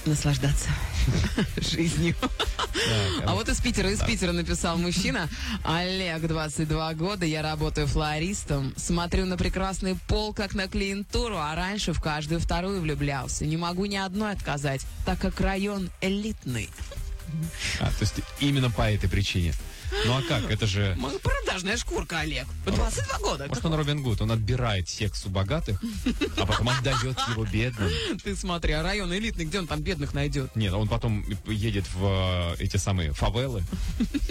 Наслаждаться жизнью. Так, А вот из Питера, из Питера написал мужчина. Олег, 22 года, я работаю флористом. Смотрю на прекрасный пол, как на клиентуру, а раньше в каждую вторую влюблялся. Не могу ни одной отказать, так как район элитный. а, то есть именно по этой причине. Ну а как? Это же... Мы продажная шкурка, Олег. 22 года. Ну, Может, он Робин Гуд, он отбирает секс у богатых, а потом отдает его бедным. Ты смотри, а район элитный, где он там бедных найдет? Нет, он потом едет в э, эти самые фавелы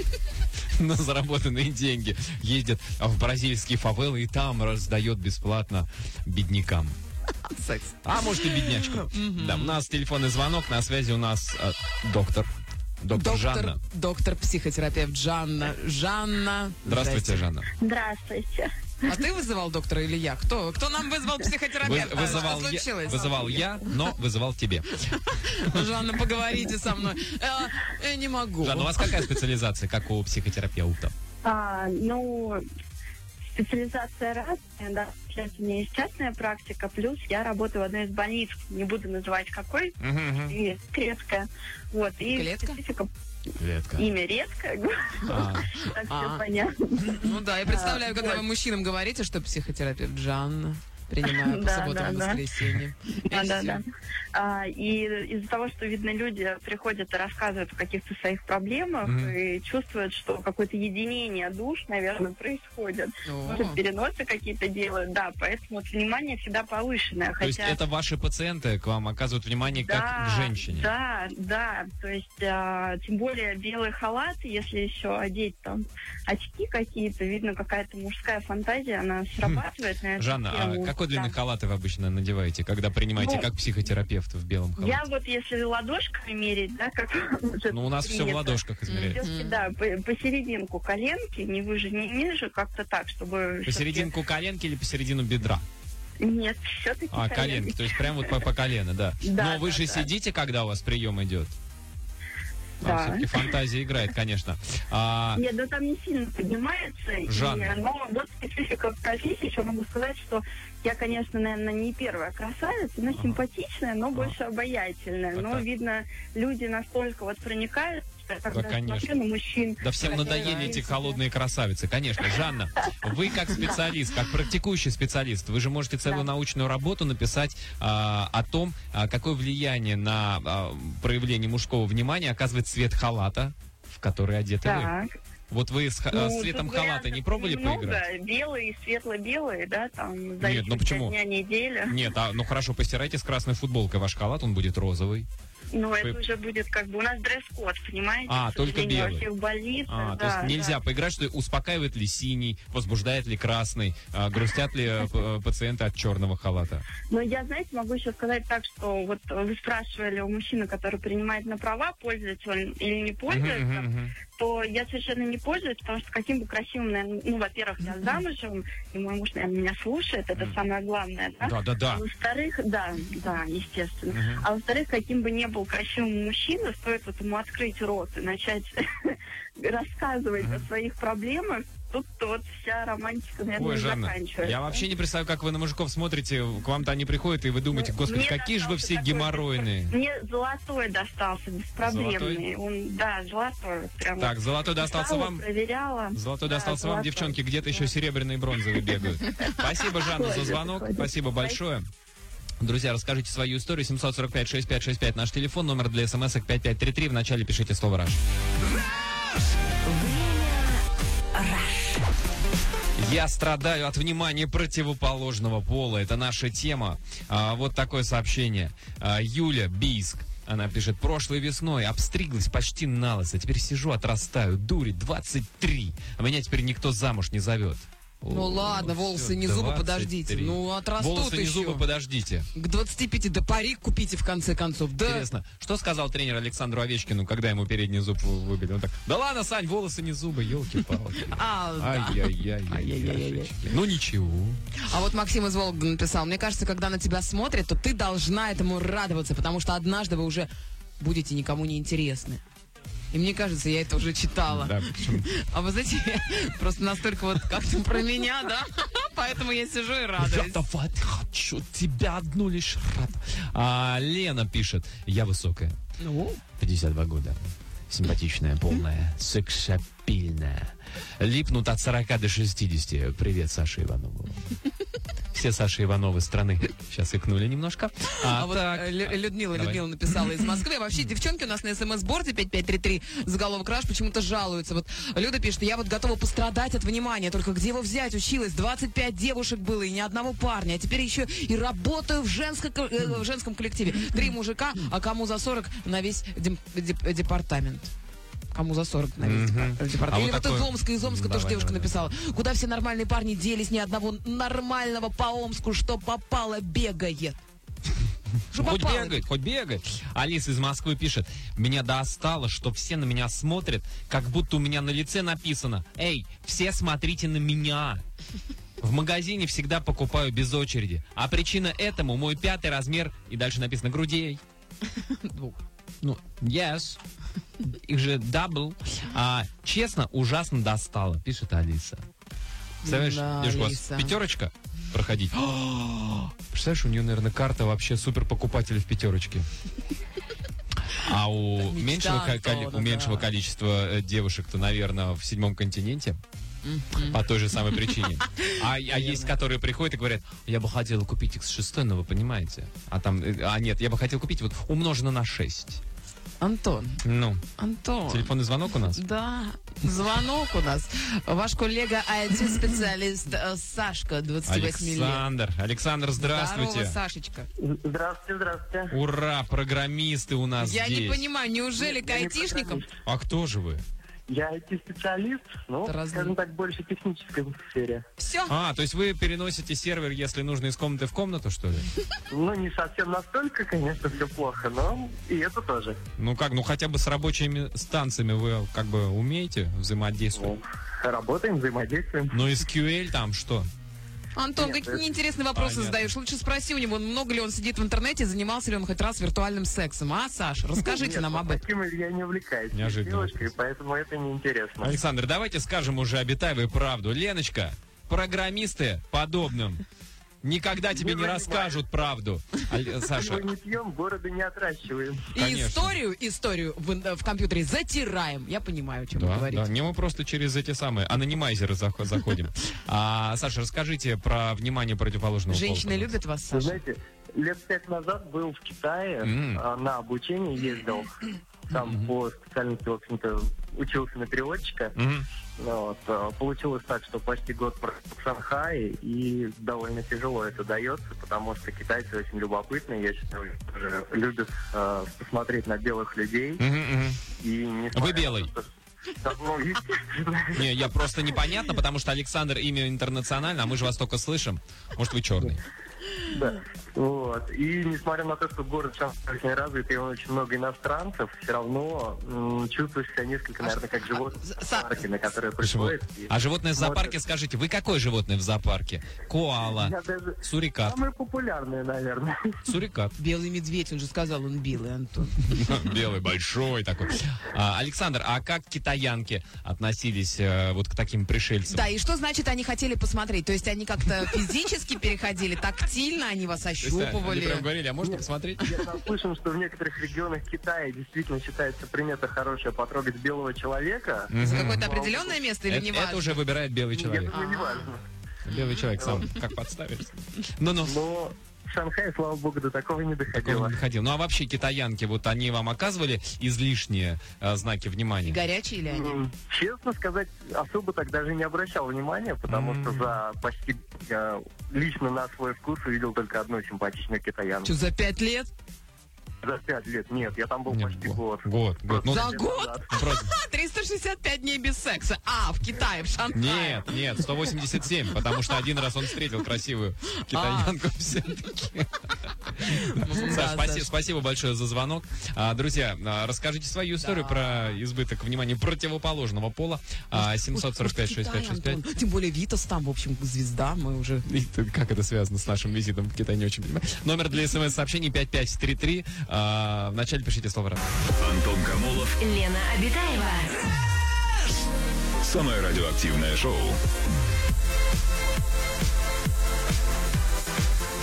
на заработанные деньги. Ездит в бразильские фавелы и там раздает бесплатно беднякам. Секс. А может и беднячкам. Да, у нас телефонный звонок, на связи у нас э, доктор. Доктор Жанна. доктор психотерапевт Жанна. Жанна. Здравствуйте, Жанна. Здравствуйте. А ты вызывал доктора или я? Кто? Кто нам вызвал Вы- психотерапевта? вызывал, Что я, случилось? вызывал я, но вызывал тебе. Жанна, поговорите со мной. Э, Я не могу. Жанна, у вас какая специализация, как у психотерапевта? А, ну, специализация разная, да. Сейчас у меня есть частная практика, плюс я работаю в одной из больниц, не буду называть какой, и редкая. Вот, и Клетка? специфика, Клетка. имя редкое, А, так А. все понятно. Ну да, я представляю, А, когда вот. вы мужчинам говорите, что психотерапевт Жанна принимаю по Да, субботам и да, да. воскресеньям. И Да, да, всё. да. А, и из-за того, что, видно, люди приходят и рассказывают о каких-то своих проблемах Мгм. и чувствуют, что какое-то единение душ, наверное, происходит. О. Может, переносы какие-то делают, да, поэтому вот внимание всегда повышенное. То есть хотя... это ваши пациенты к вам оказывают внимание как к женщине. Да, да, то есть а, тем более белый халат, если еще одеть там очки какие-то, видно какая-то мужская фантазия, она срабатывает на эту Хм, Жанна, а тему. какой Да. длины халаты вы обычно надеваете, когда принимаете Ну, как психотерапевт в белом Я халате? вот если ладошками мерить, да, как уже Ну, у нас все в принято, ладошках измеряется. всё-таки, Мгм. да, по- посерединку коленки, не выше, не ниже, как-то так, чтобы... всё-таки- Посерединку коленки или посередину бедра? Нет, все-таки А, коленки, то есть прям вот по, по колено, да. Да, Но вы да, же да. сидите, когда у вас прием идет? Да. все-таки фантазия играет, конечно. А, Нет, да там не сильно поднимается. и, Жанна. ну, вот специфика профессии, еще могу сказать, что я, конечно, наверное, не первая красавица, но Ага. симпатичная, но больше обаятельная. Вот но, так. видно, люди настолько вот проникают, что я когда конечно. смотрю на мужчин, да всем надоели эти холодные красавицы. Конечно, Жанна, вы как специалист, как практикующий специалист, вы же можете целую Да. научную работу написать а, о том, а, какое влияние на а, проявление мужского внимания оказывает цвет халата, в который одеты вы. так. Вот вы с ха- а, Ну, э, с цветом тут халата не вариантов пробовали немного. поиграть? Белые, светло-белые, да, там, в Нет, ну зависимости почему? от дня недели. Нет, а, ну хорошо, постирайте с красной футболкой ваш халат, он будет розовый. Но Вы- Ну, это уже будет как бы у нас дресс-код, понимаете? А, К только сожалению, во белый. всех больницах, А, то да, есть нельзя да. поиграть, что успокаивает ли синий, возбуждает ли красный, а, грустят ли э, п- э, пациенты от черного халата. Но я, знаете, могу еще сказать так, что вот вы спрашивали у мужчины, который принимает на права, пользуется он или не пользуется, Мгм, мгм, мгм. то я совершенно не пользуюсь, потому что каким бы красивым, наверное, ну, во-первых, я замужем, и мой муж, наверное, меня слушает, это Мгм. самое главное, да? Да, да, А да. Во-вторых, да, да, естественно. Мгм. А во-вторых, каким бы ни был красивым мужчина, стоит вот ему открыть рот и начать рассказывать о своих проблемах, тут вот вся романтика, наверное, Ой, и Жанна, заканчивается. я вообще не представляю, как вы на мужиков смотрите, к вам-то они приходят, и вы думаете, господи, Ну, Мне какие же вы достался все такой геморройные. Мне золотой достался, беспроблемный. Золотой? Он, да, золотой. вот Прям Так, золотой достался Искала, вам. Проверяла. Золотой Да, достался вам, золотой. девчонки, где-то еще серебряные и бронзовые бегают. Спасибо, Жанна, за Ходят, звонок. ходят. Спасибо большое. Друзья, расскажите свою историю. 745-6565 наш телефон, номер для смс-ок 5533. Вначале пишите слово «Раш». Я страдаю от внимания противоположного пола. Это наша тема. А, вот такое сообщение. А, Юля Бийск. Она пишет, прошлой весной обстриглась почти на лысо, теперь сижу, отрастаю, дури, 23, а меня теперь никто замуж не зовет. Ну О, ладно, волосы, всё, не зубы, 23. подождите. Ну, отрастут Волосы, не еще. зубы, подождите. К 25 да парик купите в конце концов. Да. Интересно, что сказал тренер Александру Овечкину, когда ему передний зуб вы- выбили? Он так, да ладно, Сань, волосы не зубы, елки-палки. А, да. Ай-яй-яй. Ну ничего. А вот Максим из Волга написал, мне кажется, когда на тебя смотрят, то ты должна этому радоваться, потому что однажды вы уже будете никому не интересны. И мне кажется, я это уже читала. Да, причем А вы знаете, просто настолько вот как-то про меня, да? Поэтому я сижу и радуюсь. Я давать хочу тебя одну лишь раз. А Лена пишет, я высокая, Ну, 52 года, симпатичная, полная, сексапильная. Липнут от 40 до 60. Привет, Саша Иванову. Все Саши Ивановы страны сейчас икнули немножко. А, А, вот так, э, Лю- Людмила, Давай. Людмила написала из Москвы. Вообще, девчонки у нас на смс-борде 5533 заголовок краш почему-то жалуются. Вот Люда пишет, я вот готова пострадать от внимания, только где его взять? Училась, 25 девушек было и ни одного парня. А теперь еще и работаю в, женско- э, в женском коллективе. Три мужика, а кому за 40 на весь дем- деп- департамент. кому за 40, наверное, Мгм. депар- департамент. А вот Или вот такое- из Омска, из Омска тоже Давай, девушка давай, написала. Куда все нормальные парни делись, ни одного нормального по Омску, что попало, бегает. Что Ну, Хоть попало. бегай, хоть бегай. Алиса из Москвы пишет. Меня достало, что все на меня смотрят, как будто у меня на лице написано «Эй, все смотрите на меня». В магазине всегда покупаю без очереди. А причина этому мой пятый размер, и дальше написано грудей. Двух. Ну, yes. Их же дабл. А, честно, ужасно достало, пишет Алиса. Представляешь, Да, девушка, у вас Алиса. пятерочка проходить. Представляешь, у нее, наверное, карта вообще супер покупатель в пятерочке. А у Мечта меньшего, ко- коли- Антона, у меньшего да. количества э, девушек-то, наверное, в седьмом континенте. По той же самой причине. А, а есть, которые приходят и говорят, я бы хотел купить X6, но вы понимаете. А там, э, а нет, я бы хотел купить вот умножено на 6. Антон, Ну, Антон. телефонный звонок у нас. Да, звонок у нас. Ваш коллега IT-специалист э, Сашка, 28 лет. Александр. Александр, здравствуйте. Здорово, Сашечка. Здравствуйте, здравствуйте. Ура, программисты у нас Я не А здесь. понимаю, неужели к Я не айтишникам? программист. А кто же вы? Я IT-специалист, но, Это разные. скажем так, больше технической сфере. Все. А, то есть вы переносите сервер, если нужно, из комнаты в комнату, что ли? Ну, не совсем настолько, конечно, все плохо, но и это тоже. Ну как, ну хотя бы с рабочими станциями вы как бы умеете взаимодействовать? Ну, работаем, взаимодействуем. Но SQL там что? Антон, Нет, какие это- неинтересные вопросы Понятно. задаешь. Лучше спроси у него, много ли он сидит в интернете, занимался ли он хоть раз виртуальным сексом. А, Саш, расскажите Нет, нам вот об этом. таким я не увлекаюсь. Неожиданно. Девочкой, поэтому это неинтересно. Александр, давайте скажем уже обитаемой правду. Леночка, программисты подобным никогда тебе не понимаю. расскажут правду. Аль- Если Саша, мы не пьем, города не отращиваем. И конечно. историю, историю в, в компьютере затираем. Я понимаю, о чем вы Да, говорите. да, не мы просто через эти самые анонимайзеры зах- заходим. А, Саша, расскажите про внимание противоположного пола, Женщины пожалуйста. любят вас, Вы Саша. знаете, лет пять назад был в Китае, М. а, на обучение ездил. Там по специальности, в общем-то, учился на переводчика. Мгм. Ну, вот, а, получилось так, что почти год прожил в Шанхае, и довольно тяжело это дается, потому что китайцы очень любопытные, я считаю, тоже любят а, посмотреть на белых людей. Мгм, мгм. И несмотря Вы на белый? то, что- Да, ну, естественно. Не, я просто непонятно, потому что Александр имя интернационально, а мы же вас только слышим. Может, вы черный. Да. Вот. И несмотря на то, что город Шанхай очень развит, и он очень много иностранцев, все равно м, чувствуешь себя несколько, А наверное, как животное с- в Са- зоопарке, на которое Почему? приходит. и А животное в смотрит. зоопарке, скажите, вы какое животное в зоопарке? Коала, Я даже- сурикат, Самые популярные, наверное. сурикат. Белый медведь, он же сказал, он белый, Антон. Белый, большой такой. А, Александр, а как китаянки относились э, вот к таким пришельцам? Да, и что значит они хотели посмотреть? То есть они как-то физически переходили, тактильно они вас То есть, а, они прям ощупывали. говорили, а можно посмотреть? Я наслышан, что в некоторых регионах Китая действительно считается примета хорошая потрогать белого человека. За какое-то определенное место или Это, не это уже выбирает белый Я человек. думаю, не важно. Белый человек сам как подставится. Ну-ну. Но в Шанхае, слава богу, до такого не Такого доходило. не ходил. Ну а вообще китаянки, вот они вам оказывали излишние э, знаки внимания? Горячие ли они? М, Честно сказать, особо так даже не обращал внимания, потому что за почти э, лично на свой вкус увидел только одну симпатичную китаянку. Что, за пять лет? За пять лет. Нет, я там был Нет, почти год. Год, год. год. Ну, За Лет год? назад. просто- А, 365 дней без секса. А, в Китае, в Шанхае. Нет, нет, 187, потому что один раз он встретил красивую китаянку все-таки. Саш, А. Да, спаси- Саш. спасибо большое за звонок. А, Друзья, а, расскажите свою историю про избыток внимания противоположного пола. А, Может, в Китае, 745-6565. Антон. Тем более Витас там, в общем, звезда, мы уже... И тут Как это связано с нашим визитом в Китай, не очень понимаю. Номер для смс-сообщений 5533. А, Вначале пишите слово «раз». Антон Камолов. Лена Обитаева. Самое радиоактивное шоу.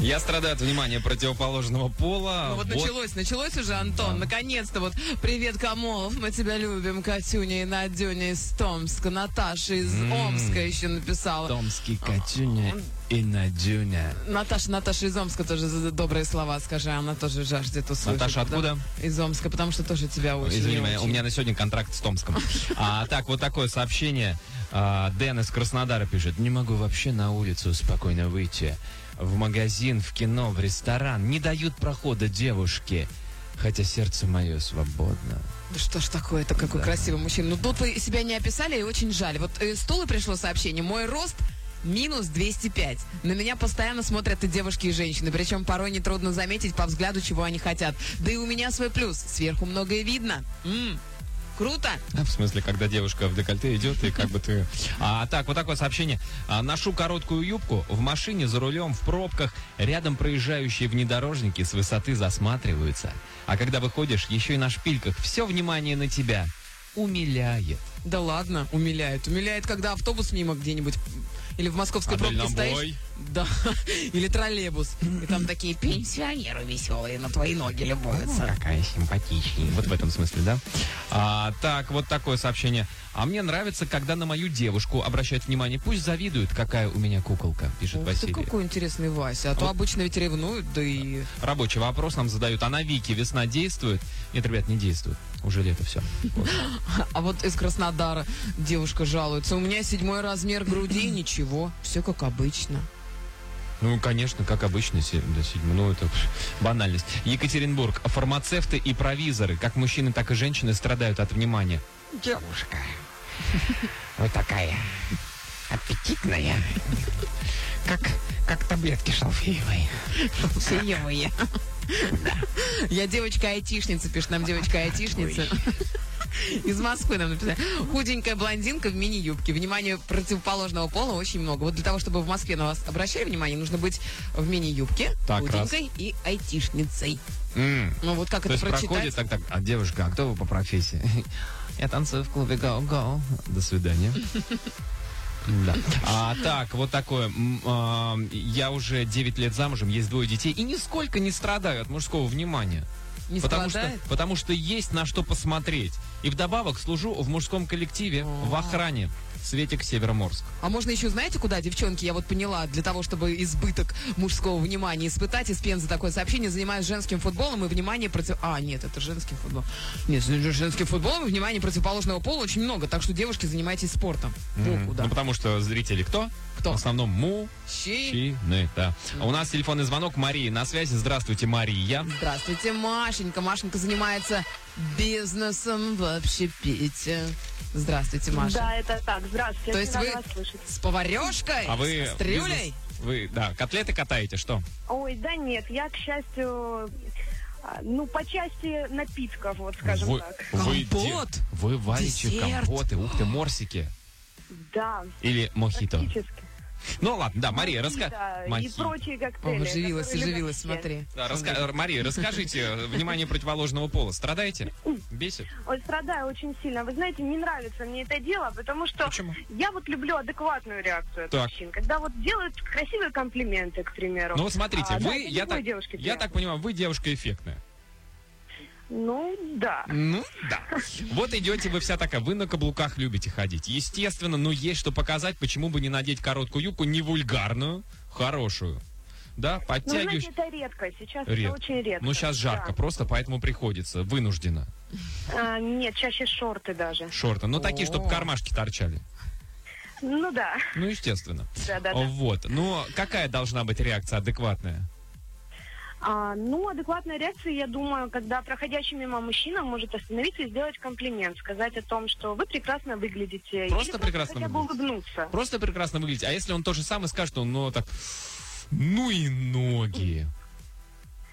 Я страдаю от внимания противоположного пола. Ну вот, началось, началось уже, Антон, наконец-то вот. Привет, Камолов, мы тебя любим, Катюня и Надюня из Томска, Наташа из Омска еще написала. Томский Катюня и Надюня. Наташа, Наташа из Омска тоже за- за добрые слова скажи, она тоже жаждет услышать. Наташа, откуда? Да. Из Омска, потому что тоже тебя очень. Извини и меня, у очень. меня на сегодня контракт с Томском. А так, вот такое сообщение. А, Дэн из Краснодара пишет. Не могу вообще на улицу спокойно выйти. В магазин, в кино, в ресторан. Не дают прохода девушки. хотя сердце мое свободно. Да что ж такое-то, какой Да. красивый мужчина. Ну тут вы себя не описали, и очень жаль. Вот э, с Тулы пришло сообщение. Мой рост минус 205. На меня постоянно смотрят и девушки, и женщины. Причем порой нетрудно заметить по взгляду, чего они хотят. Да и у меня свой плюс. Сверху многое видно. М, Круто. Да, в смысле, когда девушка в декольте идет, и как бы ты... А, так, вот такое сообщение. А, ношу короткую юбку, в машине, за рулем, в пробках. Рядом проезжающие внедорожники с высоты засматриваются. А когда выходишь, еще и на шпильках, все внимание на тебя. Умиляет. Да ладно, умиляет. Умиляет, когда автобус мимо где-нибудь. Или в московской А пробке дальнобой? стоишь. Да. Или троллейбус. И там такие пенсионеры веселые на твои ноги любуются. Какая симпатичная. Вот в этом смысле, да? А, так, вот такое сообщение. А мне нравится, когда на мою девушку обращают внимание. Пусть завидуют, какая у меня куколка, пишет Ух ты, Василий. какой интересный Вася. А то Вот. обычно ведь ревнуют, да и... Рабочий вопрос нам задают. Она Вики, весна действует? Нет, ребят, не действует. Уже лето, все. А вот из Краснодара девушка жалуется. У меня седьмой размер груди, ничего. Все как обычно. Ну, конечно, как обычно, се- да, седьмой. Ну, это пф, банальность. Екатеринбург. Фармацевты и провизоры, как мужчины, так и женщины, страдают от внимания. Девушка. Вот такая. Аппетитная. Как, как таблетки шалфеевой. Шалфеевые. Я девочка-айтишница, пишет нам девочка-айтишница. Из Москвы нам написали. Худенькая блондинка в мини-юбке. Внимание противоположного пола очень много. Вот для того, чтобы в Москве на вас обращали внимание, нужно быть в мини-юбке, Так, раз. худенькой и айтишницей. М. Ну вот как То это есть прочитать? проходит так, так, а девушка, а кто вы по профессии? Я танцую в клубе Гау-Гау. До свидания. Да. А, так, вот такое. М, а, я уже 9 лет замужем, есть двое детей, и нисколько не страдаю от мужского внимания. Не потому страдает? что, потому что есть на что посмотреть. И вдобавок служу в мужском коллективе, в охране. Светик Североморск. А можно еще, знаете, куда, девчонки, я вот поняла, для того, чтобы избыток мужского внимания испытать, из Пензы такое сообщение, занимаюсь женским футболом и внимание против... А, нет, это женский футбол. Нет, это женским футболом и внимание противоположного пола очень много, так что, девушки, занимайтесь спортом. Мгм. Боку, да. Ну, потому что зрители кто? Кто? В основном му. Щи. Чины, да. А у нас телефонный звонок Марии на связи. Здравствуйте, Мария. Здравствуйте, Машенька. Машенька занимается бизнесом в общепите. Здравствуйте, Маша. Да, это так. Здравствуйте. То я есть всегда вы вас слышу. с поварешкой, А вы... с кастрюлей? бизнес- Вы, да, котлеты катаете, что? Ой, да нет, я, к счастью, а, ну, по части напитков, вот скажем вы, так. вы де- Компот? Вы варите Десерт? компоты, ух ты, морсики. Да, Или мохито. практически. Ну ладно, да, Мария, раска... Да, И Мохито. прочие коктейли. О, оживилась, которые любят оживилась, все. смотри. Да, раска- э, Мария, расскажите, э, внимание противоположного пола, страдаете? Бесит? Ой, страдаю очень сильно. Вы знаете, не нравится мне это дело, потому что Почему? я вот люблю адекватную реакцию от Так. мужчин. Когда вот делают красивые комплименты, к примеру. Ну вот смотрите, А, да, вы, это я, любой так, девушке я приятно. так понимаю, вы девушка эффектная. Ну, да. Ну да. Вот идете вы вся такая, вы на каблуках любите ходить. Естественно, но есть что показать, почему бы не надеть короткую юбку, не вульгарную, хорошую. Да, Ну, вы подтягиваешь. знаете, это редко. Сейчас Редко. это очень редко. Ну сейчас жарко, Да. просто поэтому приходится, вынуждена. А, нет, чаще шорты даже. Шорты, ну такие, чтобы О. кармашки торчали. Ну да, Ну естественно. да, да, да. Вот. Но какая должна быть реакция адекватная? А, ну, адекватная реакция, я думаю, когда проходящий мимо мужчина может остановиться и сделать комплимент, сказать о том, что вы прекрасно выглядите. Или Просто прекрасно хотя бы выглядите. улыбнуться. Просто прекрасно выглядеть. А если он то же самое скажет, что он, ну так, ну и ноги.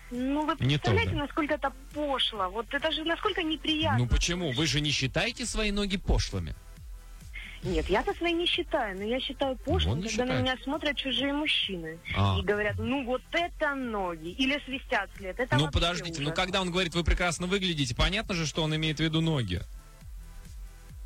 Ну, вы Не представляете, трудно. насколько это пошло? Вот это же насколько неприятно. Ну почему? Вы же не считаете свои ноги пошлыми? Нет, я-то свои не считаю, но я считаю пошлым, Он не когда на считает. меня смотрят чужие мужчины А. и говорят, ну вот это ноги, или свистят след. Это Ну вообще подождите, ну ужас. когда он говорит, вы прекрасно выглядите, понятно же, что он имеет в виду ноги.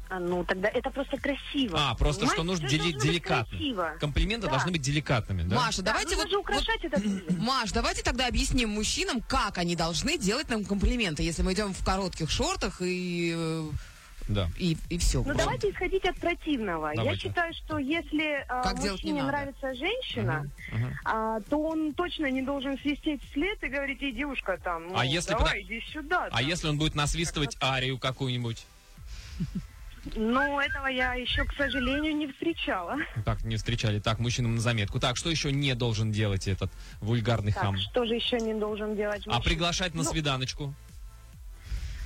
А, ну, тогда это просто красиво. А, просто что нужно понимаете? Это дели- должно быть деликатно. красиво. Комплименты Да. должны быть деликатными, да? Маша, Да, давайте нужно вот... же вот- украшать этот мир. Ну, Маш, давайте тогда объясним мужчинам, как они должны делать нам комплименты, если мы идем в коротких шортах и э, Да. и, и все. Ну, давайте исходить от противного. Я Давайте. считаю, что если э, Как делать не мужчине надо? нравится женщина, Ага. а, то он точно не должен свистеть вслед и говорить, ей, девушка, там, ну, А если давай, пода- иди сюда. А там». если он будет насвистывать арию какую-нибудь? Ну, этого я еще, к сожалению, не встречала. Так, не встречали. Так, мужчинам на заметку. Так, что еще не должен делать этот вульгарный Так, хам? что же еще не должен делать А мужчина? приглашать на Ну, свиданочку?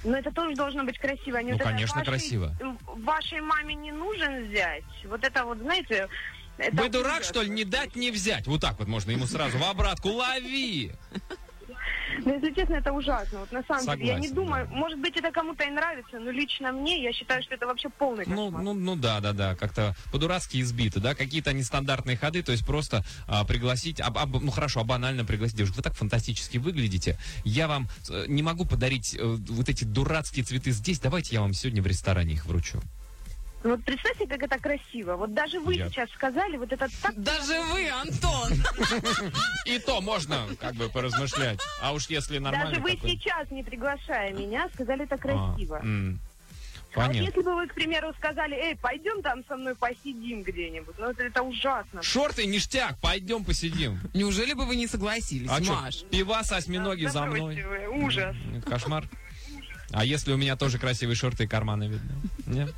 Но это тоже должно быть красиво. Они Ну, вот это конечно, вашей- красиво. Вашей маме не нужен взять. Вот это вот, знаете... это Вы дурак, ужас. что ли? Не дать, не взять. Вот так вот можно ему сразу в обратку. Лови! Да, если честно, это ужасно. Вот на самом деле, я не Согласен, думаю, может быть, это кому-то и нравится, но лично мне я считаю, что это вообще полный Ну, ну, ну да, да, да, как-то по-дурацки избито, да, какие-то нестандартные ходы, то есть просто а, пригласить, а, а, ну хорошо, а банально пригласить девушку. Вы так фантастически выглядите, я вам э, не могу подарить э, вот эти дурацкие цветы здесь, давайте я вам сегодня в ресторане их вручу. Ну, Вот представьте, как это красиво. Вот даже вы Я- сейчас сказали, вот это так... Даже вы, Антон! И то можно как бы поразмышлять, а уж если нормально... Даже вы такой- сейчас, не приглашая меня, сказали это А, красиво. м, А вот Понятно. если бы вы, к примеру, сказали, эй, пойдем там со мной посидим где-нибудь, ну это, это ужасно. Шорты ништяк, пойдем посидим. Неужели бы вы не согласились, А что, Маш? пивас, осьминоги за Забросьте мной. вы, Ужас. Кошмар. А если у меня тоже красивые шорты и карманы видны? Нет?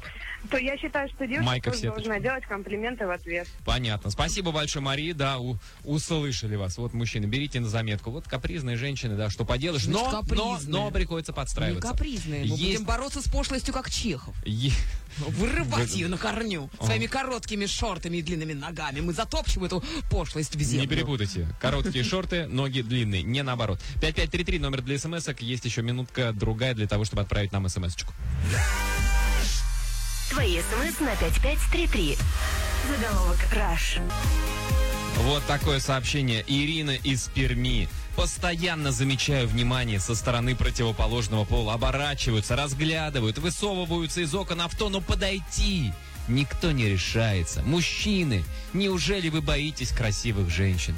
То я считаю, что девушка Майка в тоже сеточку. должна делать комплименты в ответ. Понятно. Спасибо большое, Мария. Да, у- услышали вас. Вот, мужчины, берите на заметку. Вот капризные женщины, да, что поделаешь. Значит, Но, но, капризные. но приходится Не подстраиваться. Ну, капризные. Мы Есть- будем бороться с пошлостью, как Чехов. Е- Вырывать Вы- ее на корню А. своими короткими шортами и длинными ногами. Мы затопчем эту пошлость в Не землю. перепутайте. Короткие шорты, ноги длинные. Не наоборот. 5533, номер для смс -ок. Есть еще минутка другая для того, чтобы отправить нам смс -очку. Твои смс на 5533. Заголовок «Раш». Вот такое сообщение. Ирина из Перми. Постоянно замечаю внимание со стороны противоположного пола. Оборачиваются, разглядывают, высовываются из окон авто, но подойти никто не решается. Мужчины, неужели вы боитесь красивых женщин?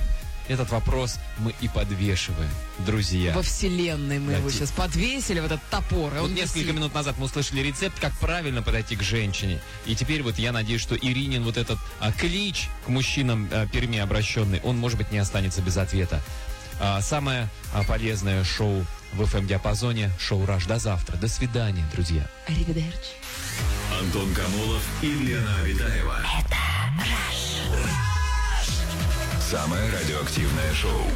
Этот вопрос мы и подвешиваем, друзья. Во вселенной мы его Дайте. сейчас подвесили, вот этот топор. и Вот он несколько висит. минут назад мы услышали рецепт, как правильно подойти к женщине. И теперь вот я надеюсь, что Иринин вот этот а, клич к мужчинам а, Перми обращенный, он, может быть, не останется без ответа. А, самое а, полезное шоу в FM-диапазоне, шоу «Раш». До завтра. До свидания, друзья. Аривидерчи. Антон Камолов и Лена Обитаева. Это Самое радиоактивное шоу.